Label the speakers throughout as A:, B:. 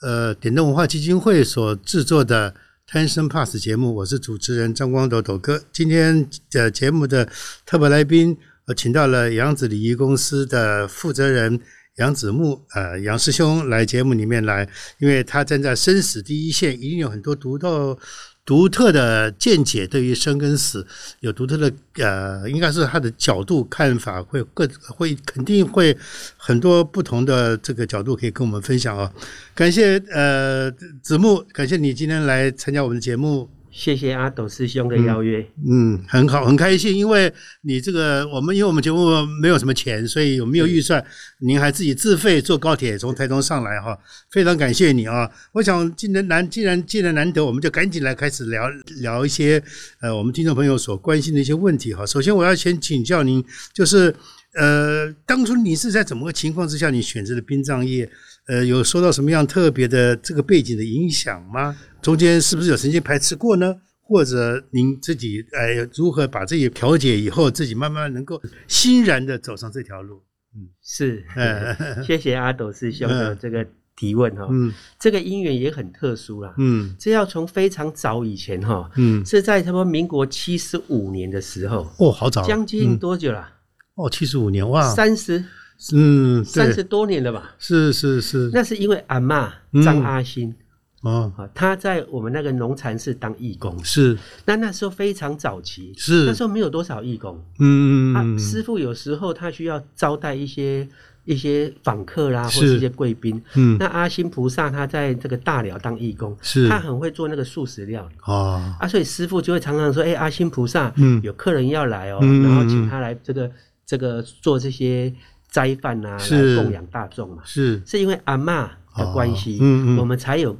A: 呃点灯文化基金会所制作的《贪生怕死》节目，我是主持人张光斗斗哥。今天呃节目的特别来宾，呃，请到了杨子礼仪公司的负责人杨子木呃杨师兄来节目里面来，因为他站在生死第一线，一定有很多独到。独特的见解对于生跟死有独特的呃，应该是他的角度看法会更会肯定会很多不同的这个角度可以跟我们分享哦。感谢呃子木，感谢你今天来参加我们的节目，
B: 谢谢阿斗师兄的邀约。
A: 嗯，很好，很开心，因为你这个我们因为我们节目没有什么钱，所以有没有预算，您还自己自费坐高铁从台中上来哈，非常感谢你啊！我想既然难，既然既然难得，我们就赶紧来开始聊聊一些呃我们听众朋友所关心的一些问题哈。首先我要先请教您，就是呃当初你是在怎么个情况之下你选择了殡葬业？呃，有受到什么样特别的这个背景的影响吗？中间是不是有曾经排斥过呢？或者您自己呃如何把自己调节以后，自己慢慢能够欣然的走上这条路？
B: 是，
A: 嗯
B: 谢谢阿斗师兄的
A: 嗯
B: 这个提问哈、
A: 嗯
B: 这个因缘也很特殊啦，
A: 嗯
B: 这要从非常早以前哈、
A: 嗯，
B: 是在他们民国七十五年的时候，
A: 哦，好早，
B: 将近
A: 嗯
B: 多久了？
A: 哦七十五年哇，
B: 三十
A: 嗯
B: 三十
A: 对，
B: 多年了吧？
A: 是是是，
B: 那是因为阿嬷
A: 嗯
B: 张阿新
A: 哦
B: 啊，她在我们那个农禅寺当义工，
A: 是
B: 那那时候非常早期，
A: 是
B: 那时候没有多少义工，
A: 嗯嗯
B: 啊，
A: 嗯
B: 师傅有时候他需要招待一些一些访客啦，
A: 是
B: 或是一些贵宾。
A: 嗯
B: 那阿新菩萨他在这个大寮当义工，
A: 是
B: 他很会做那个素食料理
A: 哦
B: 啊，所以师傅就会常常说：“哎、阿新菩萨，
A: 嗯
B: 有客人要来哦、
A: 嗯
B: 然后请他来这个这个做这些斋饭啊，
A: 是
B: 来供养大众嘛。”
A: 是
B: 是因为阿嬷的关系、
A: 哦嗯嗯
B: 我们才有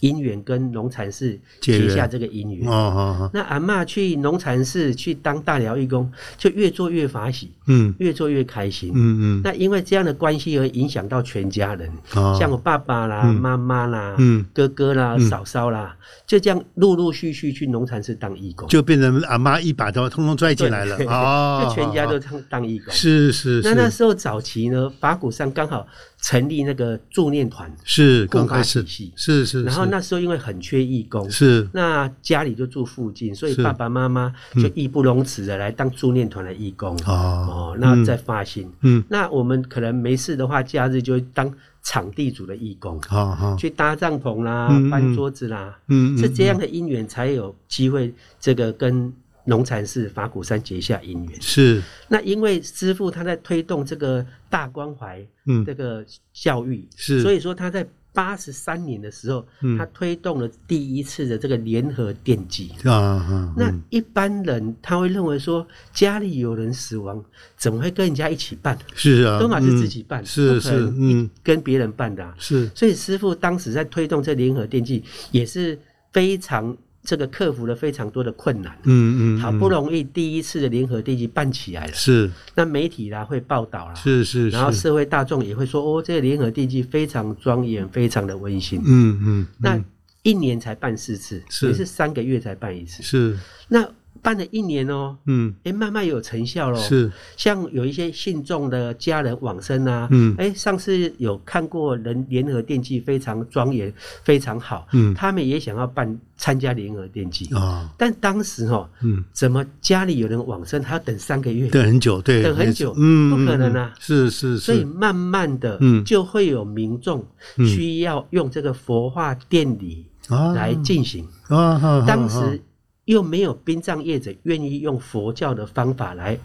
B: 姻缘跟农禅寺
A: 结缘
B: 结下这个姻缘
A: 哦。哦哦
B: 那阿嬷去农禅寺去当大寮义工，就越做越法喜，
A: 嗯
B: 越做越开心。
A: 嗯嗯
B: 那因为这样的关系而影响到全家人，
A: 哦
B: 像我爸爸啦、妈妈啦、
A: 嗯
B: 哥哥啦、嫂嫂啦，就这样陆陆续续去农禅寺当义工，
A: 就变成阿妈一把刀通通拽进来 了
B: 对
A: 哦，
B: 就全家都
A: 哦
B: 当当义工。
A: 是是
B: 那
A: 是
B: 那时候早期呢，法鼓山刚好成立那个助念团，
A: 是
B: 护
A: 刚
B: 法
A: 开始
B: 体系
A: 是是，
B: 然后
A: 是
B: 那时候因为很缺义工，
A: 是
B: 那家里就住附近，所以
A: 是嗯
B: 爸爸妈妈就义不容辞的来当助念团的义工。
A: 哦
B: 哦，那在发心。
A: 嗯
B: 那我们可能没事的话，假日就会当场地主的义工，
A: 好好
B: 去搭帐篷啦、
A: 哦嗯嗯
B: 搬桌子啦，
A: 嗯嗯
B: 是这样的因缘才有机会这个跟农禅寺法鼓山结下姻缘。
A: 是
B: 那因为师傅他在推动这个大关怀
A: 嗯
B: 这个教育，
A: 是嗯
B: 所以说他在八十三年的时候，他推动了第一次的这个联合奠祭。
A: 啊啊
B: 那一般人他会认为说，家里有人死亡，怎么会跟人家一起办？
A: 是啊，
B: 都嘛是
A: 嗯
B: 自己办，
A: 是
B: 不可能
A: 是嗯
B: 一跟别人办的、啊。
A: 是
B: 所以师傅当时在推动这联合电器，也是非常这个克服了非常多的困难。啊
A: 嗯嗯
B: 好
A: 嗯
B: 不容易第一次的联合电器办起来了，
A: 是
B: 那媒体啦会报道啦，
A: 是是
B: 然后
A: 是
B: 社会大众也会说哦，这个联合电器非常庄严，非常的温馨。
A: 嗯嗯
B: 那一年才办四次，
A: 是
B: 也是三个月才办一次。
A: 是
B: 那办了一年哦，
A: 嗯
B: 哎，慢慢有成效喽。
A: 是
B: 像有一些信众的家人往生啊，
A: 嗯
B: 哎，上次有看过人联合电祭非常庄严，非常好，
A: 嗯
B: 他们也想要办参加联合电祭，
A: 啊
B: 但当时哦，
A: 嗯
B: 怎么家里有人往生还要等三个月，
A: 等很久对
B: 等很
A: 没错
B: 久
A: 嗯
B: 不可
A: 嗯
B: 能
A: 嗯
B: 啊
A: 是是
B: 所以
A: 是
B: 慢慢的
A: 嗯
B: 就会有民众需要用这个佛化殿礼
A: 啊
B: 来进行，
A: 啊哈哈
B: 当
A: 哈
B: 时又没有殡葬业者愿意用佛教的方法来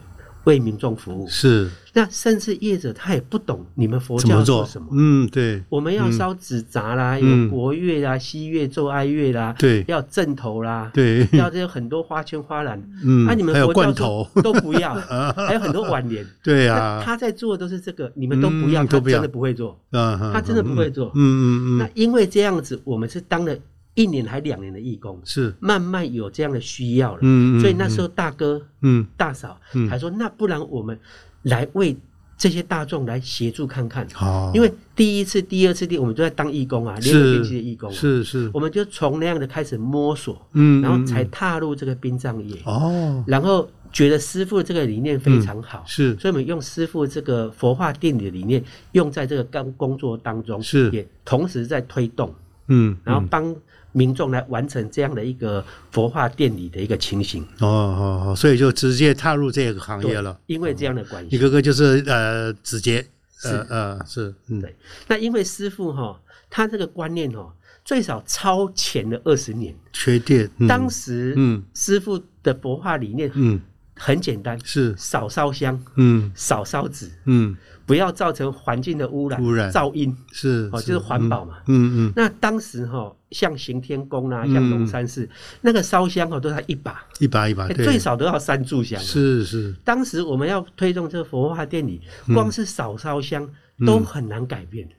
B: 为民众服务。
A: 是
B: 那甚至业者他也不懂你们佛
A: 怎
B: 教
A: 么
B: 做
A: 做
B: 什么？，
A: 嗯，对
B: 我们要烧纸扎啦，
A: 嗯
B: 有国乐啦、西乐、奏哀乐啦，
A: 对
B: 要正头啦，
A: 对，
B: 要这些很多花圈花篮。
A: 嗯，
B: 那、你们
A: 还有
B: 佛教
A: 罐
B: 就
A: 头，
B: 都不 要，还有很多挽联。
A: 对
B: 那
A: 啊，
B: 他在做的都是这个，你们都不要，
A: 嗯
B: 他
A: 都不要
B: 真的不会做。
A: 他
B: 他真的不会做
A: 啊嗯嗯
B: 那
A: 嗯，
B: 因为这样子，我们是当了一年还两年的义工，
A: 是，
B: 慢慢有这样的需要了。
A: 嗯，嗯
B: 所以那
A: 候，
B: 时，候大哥
A: 嗯
B: 大嫂
A: 嗯
B: 还说，那不然我们来为这些大众来协助看看，
A: 好，
B: 因为第一次、第二次第我们都在当义工啊，联合编
A: 哦是
B: 辑的义工啊，
A: 是是，
B: 我们就从那样的开始摸索，
A: 嗯，
B: 然后
A: 嗯
B: 才
A: 嗯
B: 踏入这个殡葬业，
A: 哦，
B: 然后觉得师傅这个理念非常好，
A: 嗯是
B: 所以我们用师傅这个佛化定理的理念用在这个干工作当中，
A: 是
B: 也同时在推动，
A: 嗯，
B: 然后
A: 嗯
B: 帮民众来完成这样的一个佛化定理的一个情形。
A: 哦哦哦，所以就直接踏入这个行
B: 对
A: 业了。，
B: 因为这样的关
A: 你
B: 系。
A: 哥哥就是呃，直接，呃呃，是，嗯，
B: 对，那因为师傅哈、他这个观念哈、最少超前了二十年。
A: 缺电，嗯
B: 当，时，
A: 嗯
B: 师傅的佛化理念
A: 嗯，
B: 很简单，
A: 是，
B: 少烧香，
A: 嗯
B: 少烧纸，
A: 嗯，
B: 不要造成环境的污染、
A: 污染
B: 噪音，
A: 是，
B: 哦，就是环保嘛。
A: 嗯，嗯嗯，
B: 那当时哈、像行天宫啦、
A: 嗯
B: 像龙山寺，那个烧香哦，都才一把，
A: 一把一把，
B: 哎
A: 对，
B: 最少都要三炷香。啊
A: 是是，
B: 当时我们要推动这个佛化殿里，光是少烧香都很难改变。
A: 嗯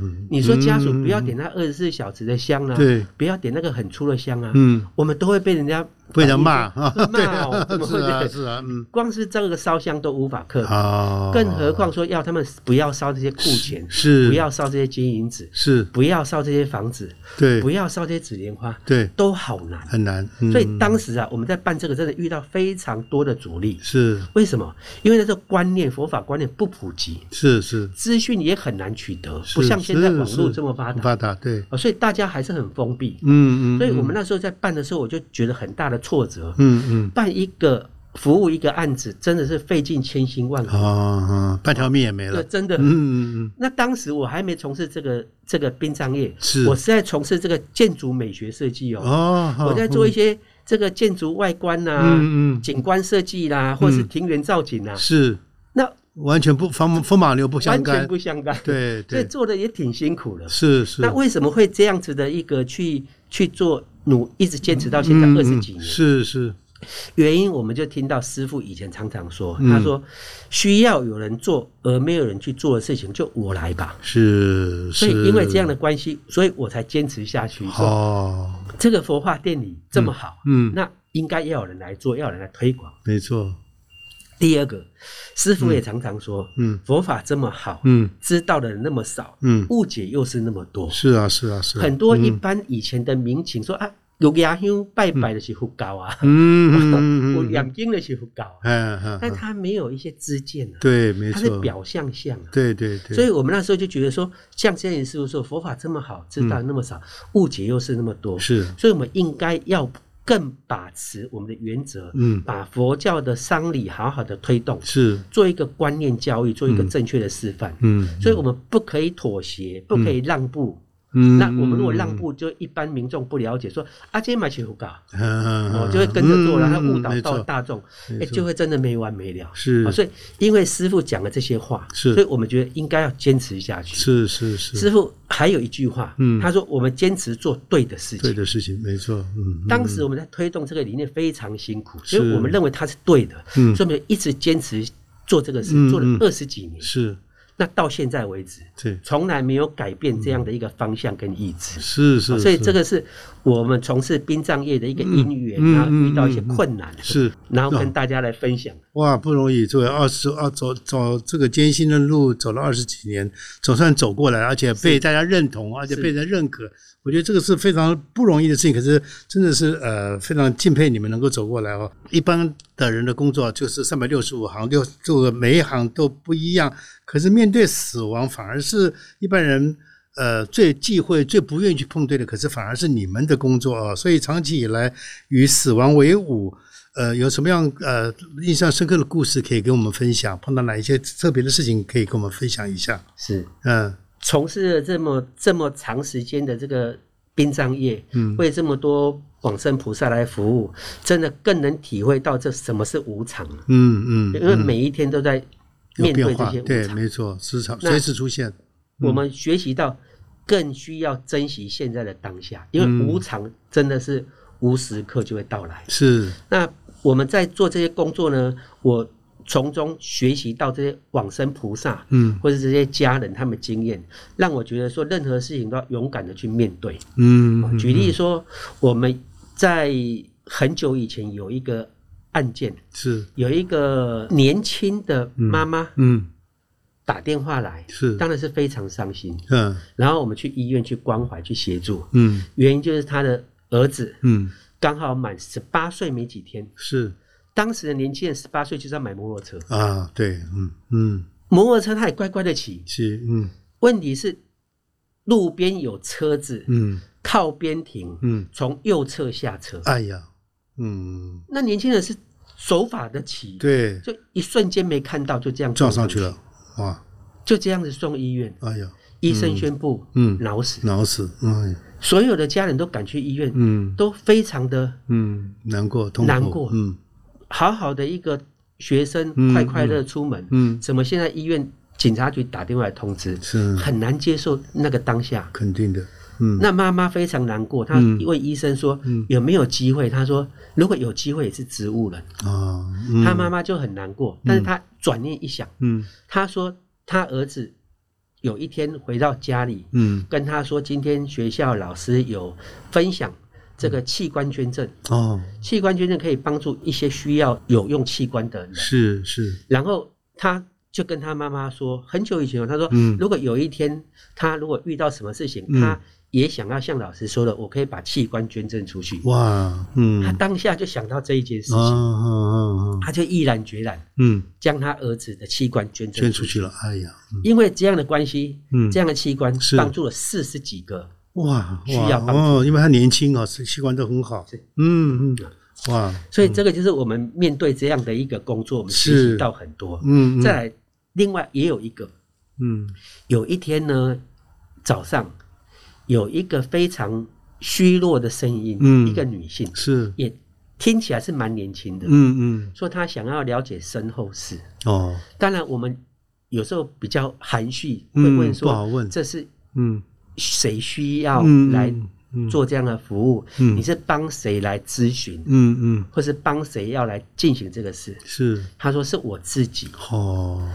A: 嗯，
B: 你说家属
A: 嗯
B: 不要点那二十四小时的香啊，
A: 对，
B: 不要点那个很粗的香啊，
A: 嗯，
B: 我们都会被人家
A: 被人家骂
B: 反
A: 啊
B: 映说，
A: 对
B: 骂哦，怎么
A: 是
B: 会
A: 啊
B: 被？
A: 是啊，嗯，
B: 光是这个烧香都无法克服，
A: 好，
B: 更何况说要他们不要烧这些库钱，
A: 是
B: 不要烧这些金银纸，
A: 是，
B: 不要烧这些房子，
A: 对
B: 不要烧这些纸莲花，
A: 对，
B: 都好难。
A: 很难，嗯
B: 所以当时啊，我们在办这个真的遇到非常多的阻力。
A: 是
B: 为什么？因为那时候观念、佛法观念不普及，
A: 是是，
B: 资讯也很难取得，
A: 是
B: 不像现在
A: 是
B: 网络
A: 是
B: 这么发达
A: 发达，对，
B: 啊，所以大家还是很封闭。
A: 嗯嗯，
B: 所以我们那时候在办的时候，我就觉得很大的挫折。
A: 嗯嗯，
B: 办一个服务一个案子，真的是费尽千辛万苦，
A: 啊啊，半条命也没
B: 对，
A: 了，
B: 真的。
A: 嗯嗯嗯，
B: 那当时我还没从事这个这个殡葬业，
A: 是
B: 我是在从事这个建筑美学设计哦，
A: 哦，
B: 我在做一些这个建筑外观呐、
A: 嗯嗯
B: 景观设计啦，或是庭园造景啊，
A: 是
B: 那
A: 完全不风风马牛不相
B: 完
A: 干
B: 全，不相干，
A: 对
B: 所以
A: 对，
B: 做的也挺辛苦的。
A: 是是，
B: 那为什么会这样子的一个去去做努，一直坚持到
A: 嗯
B: 现在二十几年？
A: 是是，
B: 原因我们就听到师傅以前常常说，
A: 嗯
B: 他说需要有人做而没有人去做的事情，就我来吧。
A: 是是，
B: 所以因为这样的关系，所以我才坚持下去。说
A: 哦，
B: 这个佛化殿里这么好，啊
A: 嗯，
B: 那应该要有人来做，要有人来推广。
A: 没错，
B: 第二个，师傅也常常说，
A: 嗯
B: 佛法这么好，
A: 嗯
B: 知道的人那么少，
A: 嗯，
B: 误解又是那么多，
A: 是啊是啊是啊，
B: 很多一般以前的民情说、啊，有牙香拜拜的是佛教啊，
A: 嗯
B: 有
A: 嗯嗯，
B: 养经的是佛教啊，
A: 哎
B: 但
A: 哎，
B: 他没有一些知见啊，
A: 对，没
B: 他是
A: 错，
B: 表象像啊。
A: 对对对，
B: 所以我们那时候就觉得说，像这些师傅说，佛法这么好，知道的那么少，误解又是那么多，
A: 嗯是
B: 所以我们应该要更把持我们的原则，
A: 嗯
B: 把佛教的丧礼好好的推动，
A: 是，
B: 做一个观念教育，做一个正确的示范。
A: 嗯
B: 所以我们不可以妥协，不可以让步。
A: 嗯，
B: 那我们如果让步，就一般民众不了解说，啊，今天买起佛教，
A: 嗯，
B: 哦，就会跟着做，然后误导
A: 没
B: 到
A: 错
B: 大众，哎、
A: 没错
B: 就会真的没完没了。
A: 是
B: 哦所以因为师傅讲了这些话，
A: 是
B: 所以我们觉得应该要坚持下去。
A: 是是是，
B: 师傅还有一句话，
A: 嗯
B: 他说我们坚持做对的事
A: 对
B: 情。
A: 的事情，没错，嗯，
B: 当时我们在推动这个理念非常辛苦，
A: 是
B: 所以我们认为它是对的，
A: 嗯
B: 所以我们一直坚持做这个事，
A: 嗯
B: 做了
A: 嗯
B: 二十几年。
A: 是，
B: 那到现在为止，
A: 对，
B: 从来没有改变这样的一个方向跟意志。哦
A: 是嗯是，
B: 啊所以这
A: 个
B: 个是我们从事殡葬业的一个因缘
A: 嗯
B: 啊，然后
A: 嗯
B: 遇到一些
A: 嗯嗯
B: 困难，
A: 是
B: 然后跟大家来分享。
A: 哇不容易，作为二十二走走这个艰辛的路走了二十几年，总算走过来，而且被大家认同，而且被人认可，我觉得这个是非常不容易的事情。可是真的是呃非常敬佩你们能够走过来哦。一般的人的工作就是三百六十五行，六这个每一行都不一样，可是面对死亡反而是一般人。呃最忌讳、最不愿意去碰对的，可是反而是你们的工作啊。所以长期以来与死亡为伍，呃，有什么样呃印象深刻的故事可以跟我们分享？碰到哪一些特别的事情可以跟我们分享一下？
B: 是
A: 嗯
B: 从事了这么这么长时间的这个殡葬业，
A: 嗯
B: 为这么多往生菩萨来服务，真的更能体会到这什么是无常啊，
A: 嗯嗯，
B: 因为
A: 嗯
B: 每一天都在
A: 有
B: 面对
A: 变
B: 这
A: 化，
B: 些无
A: 对，嗯
B: 常。
A: 没错，市场
B: 那
A: 随时出现，
B: 我们学习到更需要珍惜现在的当下，因
A: 嗯
B: 为无常真的是无时刻就会到来。
A: 是，
B: 那我们在做这些工作呢，我从中学习到这些往生菩萨，
A: 嗯
B: 或者这些家人他们经验，让我觉得说任何事情都要勇敢的去面对。
A: 嗯，嗯
B: 举例说，我们在很久以前有一个案件，
A: 是，
B: 有一个年轻的妈妈
A: 嗯
B: 打电话来，
A: 是
B: 当然是非常伤心。
A: 嗯
B: 然后我们去医院去关怀去协助，
A: 嗯
B: 原因就是他的儿子
A: 嗯，
B: 刚好满十八岁没几天，
A: 是
B: 当时的年轻人十八岁就是要买摩托车，
A: 啊，对，嗯嗯
B: 摩托车他也乖乖的骑，
A: 是，嗯
B: 问题是路边有车子，
A: 嗯
B: 靠边停，
A: 嗯，
B: 从右侧下车，
A: 哎呀，嗯，
B: 那年轻人是守法的骑，
A: 对，
B: 就一瞬间没看到，就这样
A: 撞上去，了，哇，
B: 就这样子送医院，
A: 哎呀，
B: 医生宣布
A: 嗯
B: 脑死，
A: 脑死，嗯
B: 所有的家人都赶去医院，
A: 嗯
B: 都非常的
A: 嗯，难过，痛苦，
B: 难过
A: 嗯
B: 好好的一个学生，
A: 嗯
B: 快快乐出门，
A: 嗯，
B: 怎么现在医院警察局打电话来通知，
A: 是
B: 很难接受那个当下。
A: 肯定的，嗯
B: 那妈妈非常难过，她问医生说、有没有机会？她说如果有机会也是植物人。
A: 啊，
B: 她
A: 嗯
B: 妈妈就很难过，但是她转念一想，
A: 嗯
B: 她说她儿子有一天回到家里，
A: 嗯，
B: 跟她说今天学校老师有分享这个器官捐赠，
A: 哦，
B: 器官捐赠可以帮助一些需要有用器官的人。
A: 是是，
B: 然后他就跟他妈妈说，很久以前哦，他说，
A: 嗯
B: 如果有一天他如果遇到什么事情，
A: 嗯
B: 他也想要像老师说的，我可以把器官捐赠出去。
A: 哇，嗯
B: 他当下就想到这一件事
A: 啊
B: 情，
A: 啊啊，
B: 他就毅然决然
A: 嗯，
B: 将他儿子的器官捐赠
A: 捐
B: 出
A: 出
B: 去，
A: 去了，哎呀，嗯
B: 因为这样的关系，
A: 嗯
B: 这样的器官
A: 是
B: 帮助了四十几个。
A: 哇，
B: 需
A: 哇
B: 要帮
A: 哦，因为他年轻哦，是器官都很好
B: 是，
A: 嗯嗯，哇，
B: 所以这个就是我们面对这样的一个工作，我们学
A: 嗯是
B: 习到很多。
A: 嗯嗯
B: 再来，另外也有一个，
A: 嗯
B: 有一天呢，早上有一个非常虚弱的声音，
A: 嗯
B: 一个女性，
A: 是，
B: 也听起来是蛮年轻的，
A: 嗯嗯
B: 说她想要了解身后事。
A: 哦，
B: 当然，我们有时候比较含蓄，会
A: 嗯
B: 问
A: 不
B: 说，
A: 好问
B: 这是
A: 嗯
B: 谁需要
A: 嗯
B: 来
A: 嗯
B: 做这样的服务？
A: 嗯
B: 你是帮谁来咨询，
A: 嗯嗯
B: 或是帮谁要来进行这个事？
A: 是，
B: 她说是我自己，
A: 哦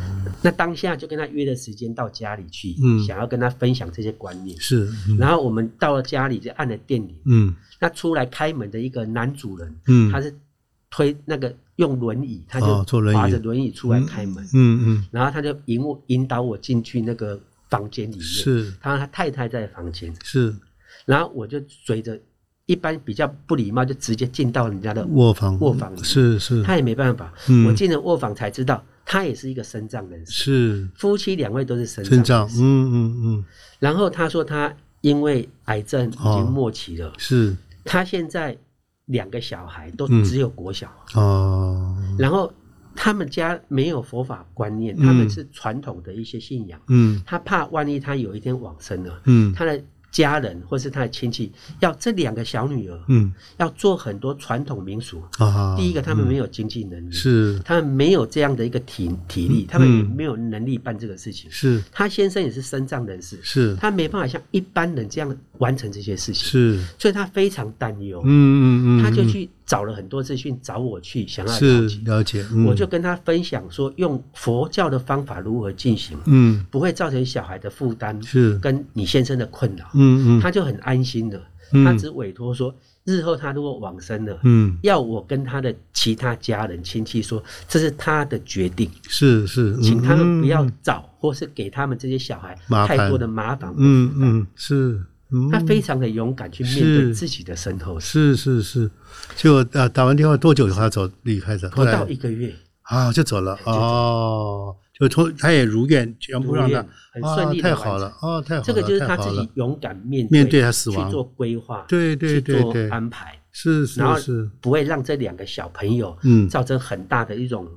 B: 那当下就跟她约了时间到家里去，
A: 嗯
B: 想要跟她分享这些观念。
A: 是，嗯
B: 然后我们到了家里就按了电铃，
A: 嗯
B: 那出来开门的一个男主人，
A: 嗯
B: 他是推那个用轮椅，他
A: 哦坐
B: 就
A: 轮椅
B: 划着轮椅出来开门，
A: 嗯嗯
B: 然后他就引我引导我进去那个房间里面，
A: 是
B: 他他太太在房间，
A: 是
B: 然后我就随着一般比较不礼貌，就直接进到人家的，
A: 卧房
B: 呃卧房
A: 是是
B: 他也没办法，
A: 嗯
B: 我进了卧房才知道他也是一个身障人士，
A: 是
B: 夫妻两位都是身
A: 成
B: 障人士，
A: 长，嗯嗯嗯
B: 然后他说他因为癌症已经
A: 哦
B: 末期了。
A: 是
B: 他现在两个小孩都
A: 嗯
B: 只有国小，
A: 哦，
B: 然后他们家没有佛法观念，
A: 嗯
B: 他们是传统的一些信仰，
A: 嗯
B: 他怕万一他有一天往生了，
A: 嗯
B: 他的家人或是他的亲戚要这两个小女儿、
A: 嗯
B: 要做很多传统民俗。
A: 啊，
B: 第一个，他们没有经济能力，
A: 嗯是嗯
B: 他们没有这样的一个体体力，他们也没有能力办这个事情。
A: 是
B: 他先生也是身障人士，
A: 是
B: 他没办法像一般人这样完成这些事情，
A: 是，
B: 所以他非常担忧。
A: 嗯嗯嗯，
B: 他就
A: 嗯
B: 去找了很多资讯找我去，想要
A: 是
B: 了解。
A: 了解，嗯
B: 我就跟他分享说，用佛教的方法如何进行，
A: 嗯
B: 不会造成小孩的负担，
A: 是
B: 跟你先生的困扰。
A: 嗯嗯
B: 他就很安心了，
A: 嗯
B: 他只委托说，日后他如果往生了，
A: 嗯
B: 要我跟他的其他家人亲戚说，这是他的决定，
A: 是是，
B: 请他们不要
A: 嗯
B: 找或是给他们这些小孩
A: 麻烦
B: 太多的麻烦。
A: 嗯嗯是，嗯
B: 他非常的勇敢去面
A: 是
B: 对自己的身后事，
A: 是是是，就呃打完电话多久以后他走离开的？后
B: 不到
A: 来
B: 一个月。
A: 啊就走了哦，就从他也如愿，全部让他
B: 如愿很顺
A: 啊
B: 利地
A: 太
B: 完成
A: 好了哦，太好了，
B: 这个就是
A: 太
B: 他
A: 好
B: 自己
A: 了，
B: 勇敢面
A: 面对他死亡
B: 去做规划，
A: 对对对对
B: 去做安排，
A: 是是
B: 然后
A: 是，
B: 不会让这两个小朋友
A: 嗯
B: 造成很大的一种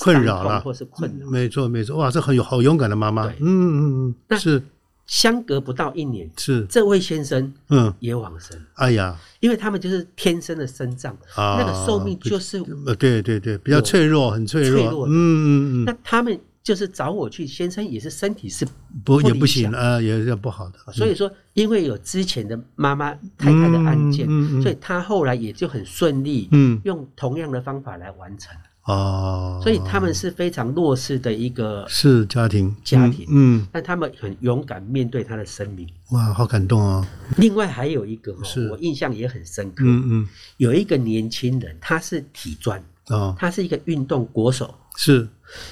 A: 困扰嗯
B: 伤痛
A: 了
B: 或是困扰。
A: 没错没错，哇，这很有好勇敢的妈妈，
B: 对
A: 嗯嗯嗯，
B: 那
A: 是
B: 相隔不到一年，
A: 是，
B: 这位先生
A: 嗯，
B: 也往生，
A: 哎呀，
B: 因为他们就是天生的身障，
A: 啊，
B: 那个寿命就是
A: 呃，对对对，比较脆弱，很脆
B: 脆
A: 弱，
B: 弱的
A: 嗯嗯
B: 那
A: 嗯，
B: 他们就是找我去，先生也是身体是，
A: 不
B: 不
A: 也
B: 理
A: 不行
B: 想
A: 啊，也也不好的，
B: 所以说因为有之前的妈妈太太的案件，
A: 嗯嗯嗯嗯
B: 所以他后来也就很顺利，
A: 嗯
B: 用同样的方法来完成，
A: 哦，
B: 所以他们是非常弱势的一个，
A: 是家庭
B: 家庭
A: 嗯，嗯
B: 但他们很勇敢面对他的生命。
A: 哇，好感动哦，
B: 另外还有一个哦
A: 是，
B: 我印象也很深刻，
A: 嗯
B: 有一个年轻人，他是体专，
A: 嗯，哦，
B: 他是一个运动国手，
A: 是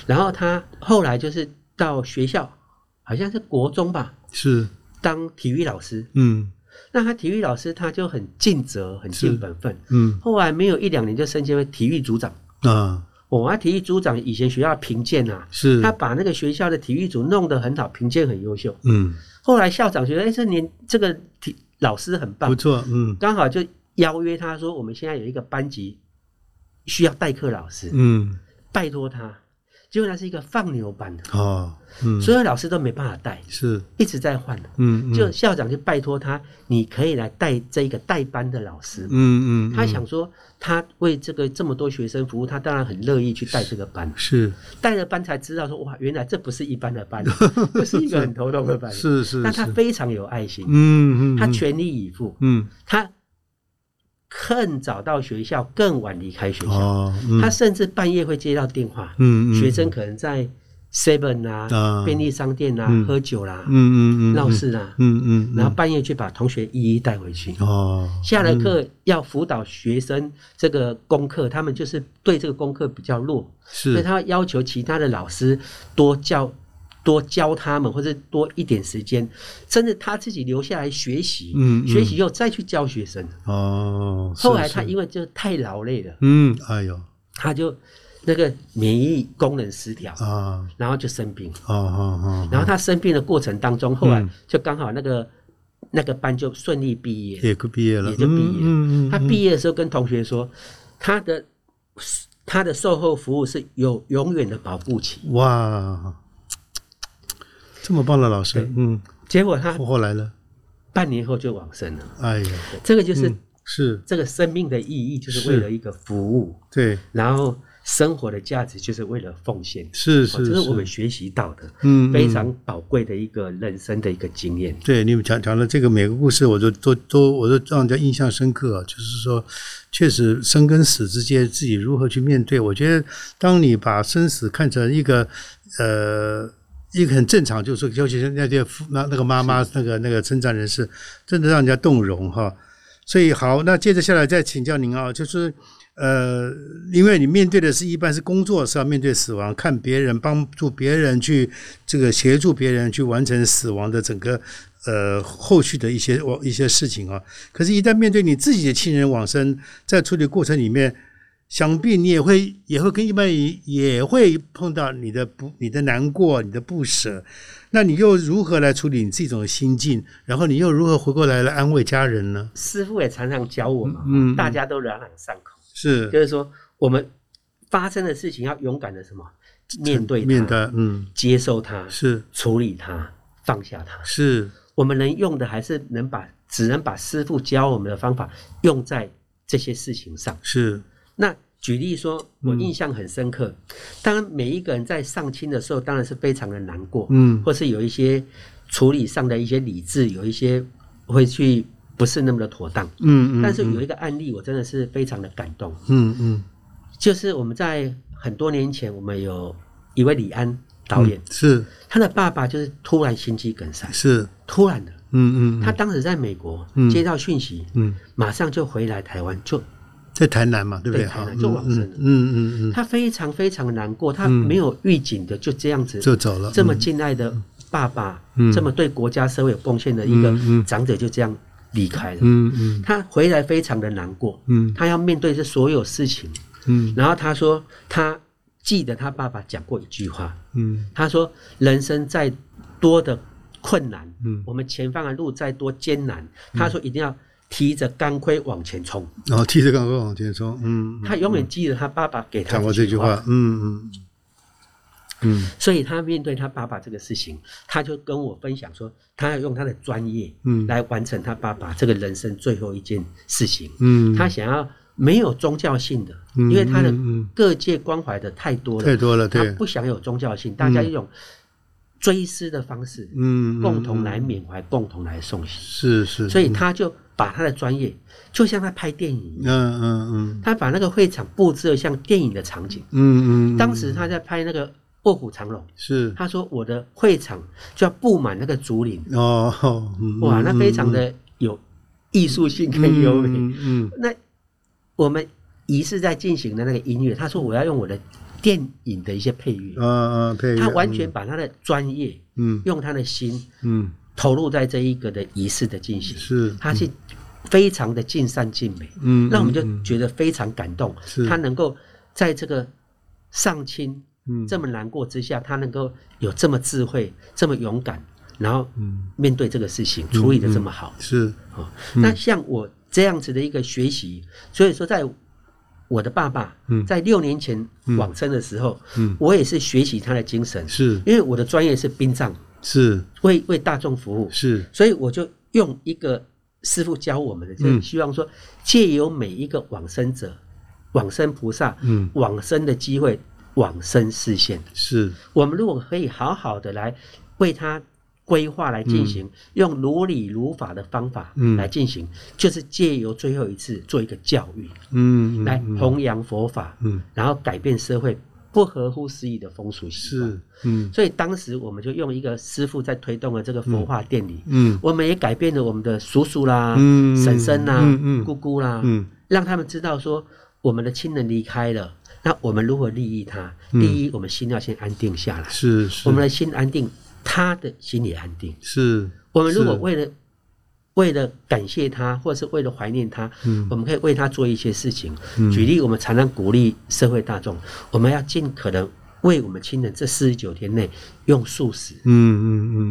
B: 然后他后来就是到学校，好像是国中吧，
A: 是，
B: 当体育老师。
A: 嗯
B: 那他体育老师他就很尽责，很尽本分。
A: 嗯
B: 后来没有一两年就升阶为体育组长。
A: 啊，
B: 我、啊，体育组长以前学校的评鉴啊，
A: 是
B: 他把那个学校的体育组弄得很好，评鉴很优秀。
A: 嗯，
B: 后来校长觉得，哎、这年这个体老师很棒
A: 不，错，嗯
B: 刚好就邀约他说，我们现在有一个班级需要代课老师，
A: 嗯，
B: 拜托他。结果他是一个放牛班的，
A: 哦，嗯
B: 所有老师都没办法带，
A: 是，
B: 一直在换。
A: 嗯嗯
B: 就校长就拜托他，你可以来带这个代班的老师。
A: 嗯嗯，
B: 他
A: 嗯
B: 想说，他为这个这么多学生服务，他当然很乐意去带这个班。
A: 是
B: 带了班才知道说，哇，原来这不是一般 的班，这是一个很头痛的班。
A: 是是，
B: 但他
A: 是
B: 非常有爱心，
A: 嗯嗯，
B: 他
A: 嗯
B: 全力以赴，
A: 嗯
B: 他更早到学校，更晚离开学校。
A: 哦，嗯
B: 他甚至半夜会接到电话，
A: 嗯嗯
B: 学生可能在 Seven 啊
A: 啊、
B: 便利商店啊
A: 嗯
B: 喝酒啦、
A: 嗯嗯嗯
B: 闹事啊，
A: 嗯嗯，嗯
B: 然后半夜去把同学一一带回去。
A: 哦，
B: 下了课要辅导学生这个功课，他们就是对这个功课比较弱，所以
A: 是
B: 他要求其他的老师多教多教他们，或者多一点时间，甚至他自己留下来学习，
A: 嗯嗯
B: 学习以后再去教学生。
A: 哦，
B: 后来
A: 是
B: 他
A: 是
B: 因为就太劳累了，
A: 嗯，哎呦
B: 他就那个免疫功能失调，
A: 啊，
B: 然后就生病。
A: 哦哦哦，
B: 然后他生病的过程当中，后
A: 嗯
B: 来就刚好那个那个班就顺利毕业，
A: 也毕业了，
B: 也就毕业了
A: 嗯嗯嗯，
B: 他毕业的时候跟同学说，他的他的售后服务是有永远的保护期。
A: 嗯哇，这么棒的老师
B: 对，
A: 嗯，
B: 结果他
A: 后后来呢？
B: 半年后就往生了。
A: 哎呀，
B: 这个就是、
A: 是
B: 这个生命的意义，就是为了一个服务，
A: 对，
B: 然后生活的价值就是为了奉献。
A: 是
B: 哦
A: 是
B: 这是我们
A: 是，
B: 学习到的，
A: 嗯嗯
B: 非常宝贵的一个人生的一个经验。
A: 对你们讲讲的这个每个故事，我都都都我都让人家印象深刻、啊。就是说，确实生跟死之间，自己如何去面对？我觉得，当你把生死看成一个呃一个很正常，就是说，尤其是那些父那那个妈妈那个那个称赞人士，真的让人家动容哈。所以好，那接着下来再请教您啊，就是呃，因为你面对的是一般是工作是要面对死亡，看别人帮助别人去这个协助别人去完成死亡的整个呃后续的一些一些事情啊。可是，一旦面对你自己的亲人往生，在处理过程里面，想必你也会也会跟一般人也会碰到你的不你的难过、你的不舍。那你又如何来处理你自己这种心境？然后你又如何回过来来安慰家人呢？
B: 师傅也常常教我嘛，
A: 嗯嗯
B: 大家都朗朗上口，
A: 是
B: 就是说我们发生的事情要勇敢的什么面对它，
A: 面对，嗯，
B: 接受它，
A: 是
B: 处理它，放下它。
A: 是，
B: 我们能用的还是能把，只能把师傅教我们的方法用在这些事情上。
A: 是，
B: 那举例说，我印象很深刻，当然每一个人在上亲的时候，当然是非常的难过，
A: 嗯，
B: 或是有一些处理上的一些理智，有一些会去不是那么的妥当。
A: 嗯嗯，
B: 但是有一个案例，我真的是非常的感动，
A: 嗯嗯，
B: 就是我们在很多年前，我们有一位李安导演，
A: 是
B: 他的爸爸就是突然心肌梗塞，
A: 是，
B: 突然的，
A: 嗯嗯，
B: 他当时在美国接到讯息，
A: 嗯，
B: 马上就回来台湾，就
A: 在台南嘛，对不
B: 对
A: 对？
B: 台
A: 好
B: 南就往生了
A: 嗯嗯嗯嗯，
B: 他非常非常难过，他没有预警的就这样子，
A: 嗯就走了，
B: 这么敬爱的爸爸，
A: 嗯
B: 这么对国家社会有贡献的一个长者就这样离开了。
A: 嗯嗯
B: 他回来非常的难过，
A: 嗯
B: 他要面对这所有事情。
A: 嗯
B: 然后他说，他记得他爸爸讲过一句话，
A: 嗯
B: 他说：“人生再多的困难，
A: 嗯
B: 我们前方的路再多艰难，他说一定要提着钢盔往前冲。
A: 嗯，然后提着钢盔往前冲，嗯，嗯
B: 他永远记得他爸爸给他
A: 讲过这句话，嗯嗯嗯
B: 所以他面对他爸爸这个事情，他就跟我分享说，他要用他的专业
A: 嗯
B: 来完成他爸爸这个人生最后一件事情。
A: 嗯，
B: 他想要没有宗教性的，
A: 嗯
B: 因为他的
A: 嗯嗯
B: 各界关怀的太多了，
A: 太多了，
B: 他
A: 对，
B: 不想有宗教性，大家一种追思的方式，
A: 嗯，嗯
B: 共同来
A: 嗯
B: 缅怀，共同来送行。
A: 是是，
B: 所以
A: 嗯
B: 他就把他的专业，就像他拍电影一样，
A: 嗯嗯嗯
B: 他把那个会场布置的像电影的场景。
A: 嗯嗯，
B: 当
A: 嗯
B: 时他在拍那个《卧虎藏龙》，
A: 是
B: 他说我的会场就要布满那个竹林，
A: 哦，哦嗯
B: 哇，那
A: 嗯
B: 非常
A: 嗯
B: 的有艺术性跟优美。
A: 嗯嗯嗯
B: 那我们仪式在进行的那个音乐，他说我要用我的电影的一些配乐，
A: 嗯啊啊，配乐
B: 他完全把他的专业，
A: 嗯
B: 用他的心
A: 嗯
B: 投入在这一个的仪式的进行，
A: 是
B: 他是非常的尽善尽美。
A: 嗯，
B: 那我们就
A: 嗯
B: 觉得非常感动
A: 是，
B: 他能够在这个上清
A: 嗯
B: 这么难过之下，他能够有这么智慧、这么勇敢，然后
A: 嗯
B: 面对这个事情处理的这么好。
A: 是
B: 哦，
A: 嗯
B: 那像我这样子的一个学习，所以说在我的爸爸
A: 嗯
B: 在六年前往生的时候，
A: 嗯
B: 我也是学习他的精神，
A: 是
B: 因为我的专业是殡葬，
A: 是
B: 为为大众服务，
A: 是
B: 所以我就用一个师傅教我们的，
A: 嗯
B: 就是希望说借由每一个往生者、往生菩萨、
A: 嗯
B: 往生的机会、往生视线，
A: 是
B: 我们如果可以好好的来为他规划来进行，用如理如法的方法
A: 嗯
B: 来进行，就是借由最后一次做一个教育，
A: 嗯嗯
B: 来
A: 嗯
B: 弘扬佛法，
A: 嗯
B: 然后改变社会不合乎时宜的风俗习惯。
A: 是嗯
B: 所以当时我们就用一个师傅在推动了这个佛化殿里，
A: 嗯
B: 我们也改变了我们的叔叔啦、
A: 嗯
B: 婶婶啦、
A: 嗯嗯
B: 姑姑啦，
A: 嗯
B: 让他们知道说我们的亲人离开了，那我们如何利益他？第一，我们心要先安定下来，
A: 嗯是是
B: 我们的心安定，他的心也安定。
A: 是
B: 我们如果
A: 是
B: 为了为了感谢他，或是为了怀念他，
A: 嗯
B: 我们可以为他做一些事情。举例，我们常常鼓励社会大众，我们要尽可能为我们亲人这四十九天内用素食，
A: 嗯嗯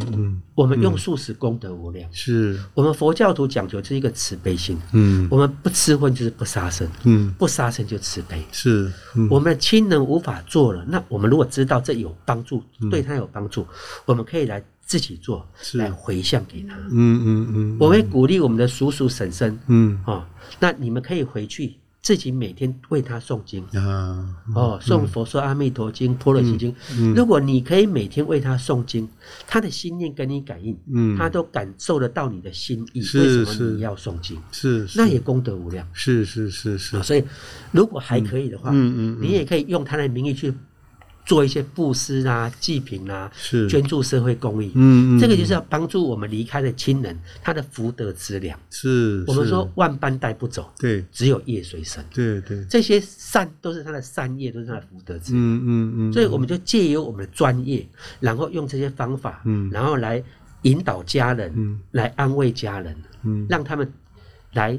A: 嗯嗯
B: 我们用素食功德无量。
A: 是
B: 我们佛教徒讲究是一个慈悲心，
A: 嗯
B: 我们不吃荤就是不杀生，
A: 嗯
B: 不杀生就慈悲。
A: 是嗯
B: 我们的亲人无法做了，那我们如果知道这有帮助，对他有帮助，我们可以来自己做，
A: 嗯是
B: 来回向给他。
A: 嗯嗯嗯
B: 我会鼓励我们的叔叔婶婶
A: 嗯
B: 哦，那你们可以回去自己每天为他诵经
A: 啊
B: 哦，诵佛说阿弥陀经、般若心经。
A: 嗯
B: 如果你可以每天为他诵经，他的心念跟你感应，
A: 嗯
B: 他都感受得到你的心意。
A: 是
B: 为什
A: 是
B: 么你要诵经？
A: 是
B: 那也功德无量。
A: 是是是是
B: 啊所以如果还可以的话，
A: 嗯嗯嗯
B: 你也可以用他的名义去做一些布施啊、济贫啊、
A: 是
B: 捐助社会公益。
A: 嗯嗯
B: 这个就是要帮助我们离开的亲人，他的福德资粮。
A: 是
B: 我们
A: 是
B: 说万般带不走，
A: 对
B: 只有业随身。
A: 对对
B: 这些善都是他的善业，都是他的福德资粮。
A: 嗯嗯嗯
B: 所以我们就借由我们的专业，然后用这些方法，
A: 嗯
B: 然后来引导家人，
A: 嗯
B: 来安慰家人，
A: 嗯
B: 让他们来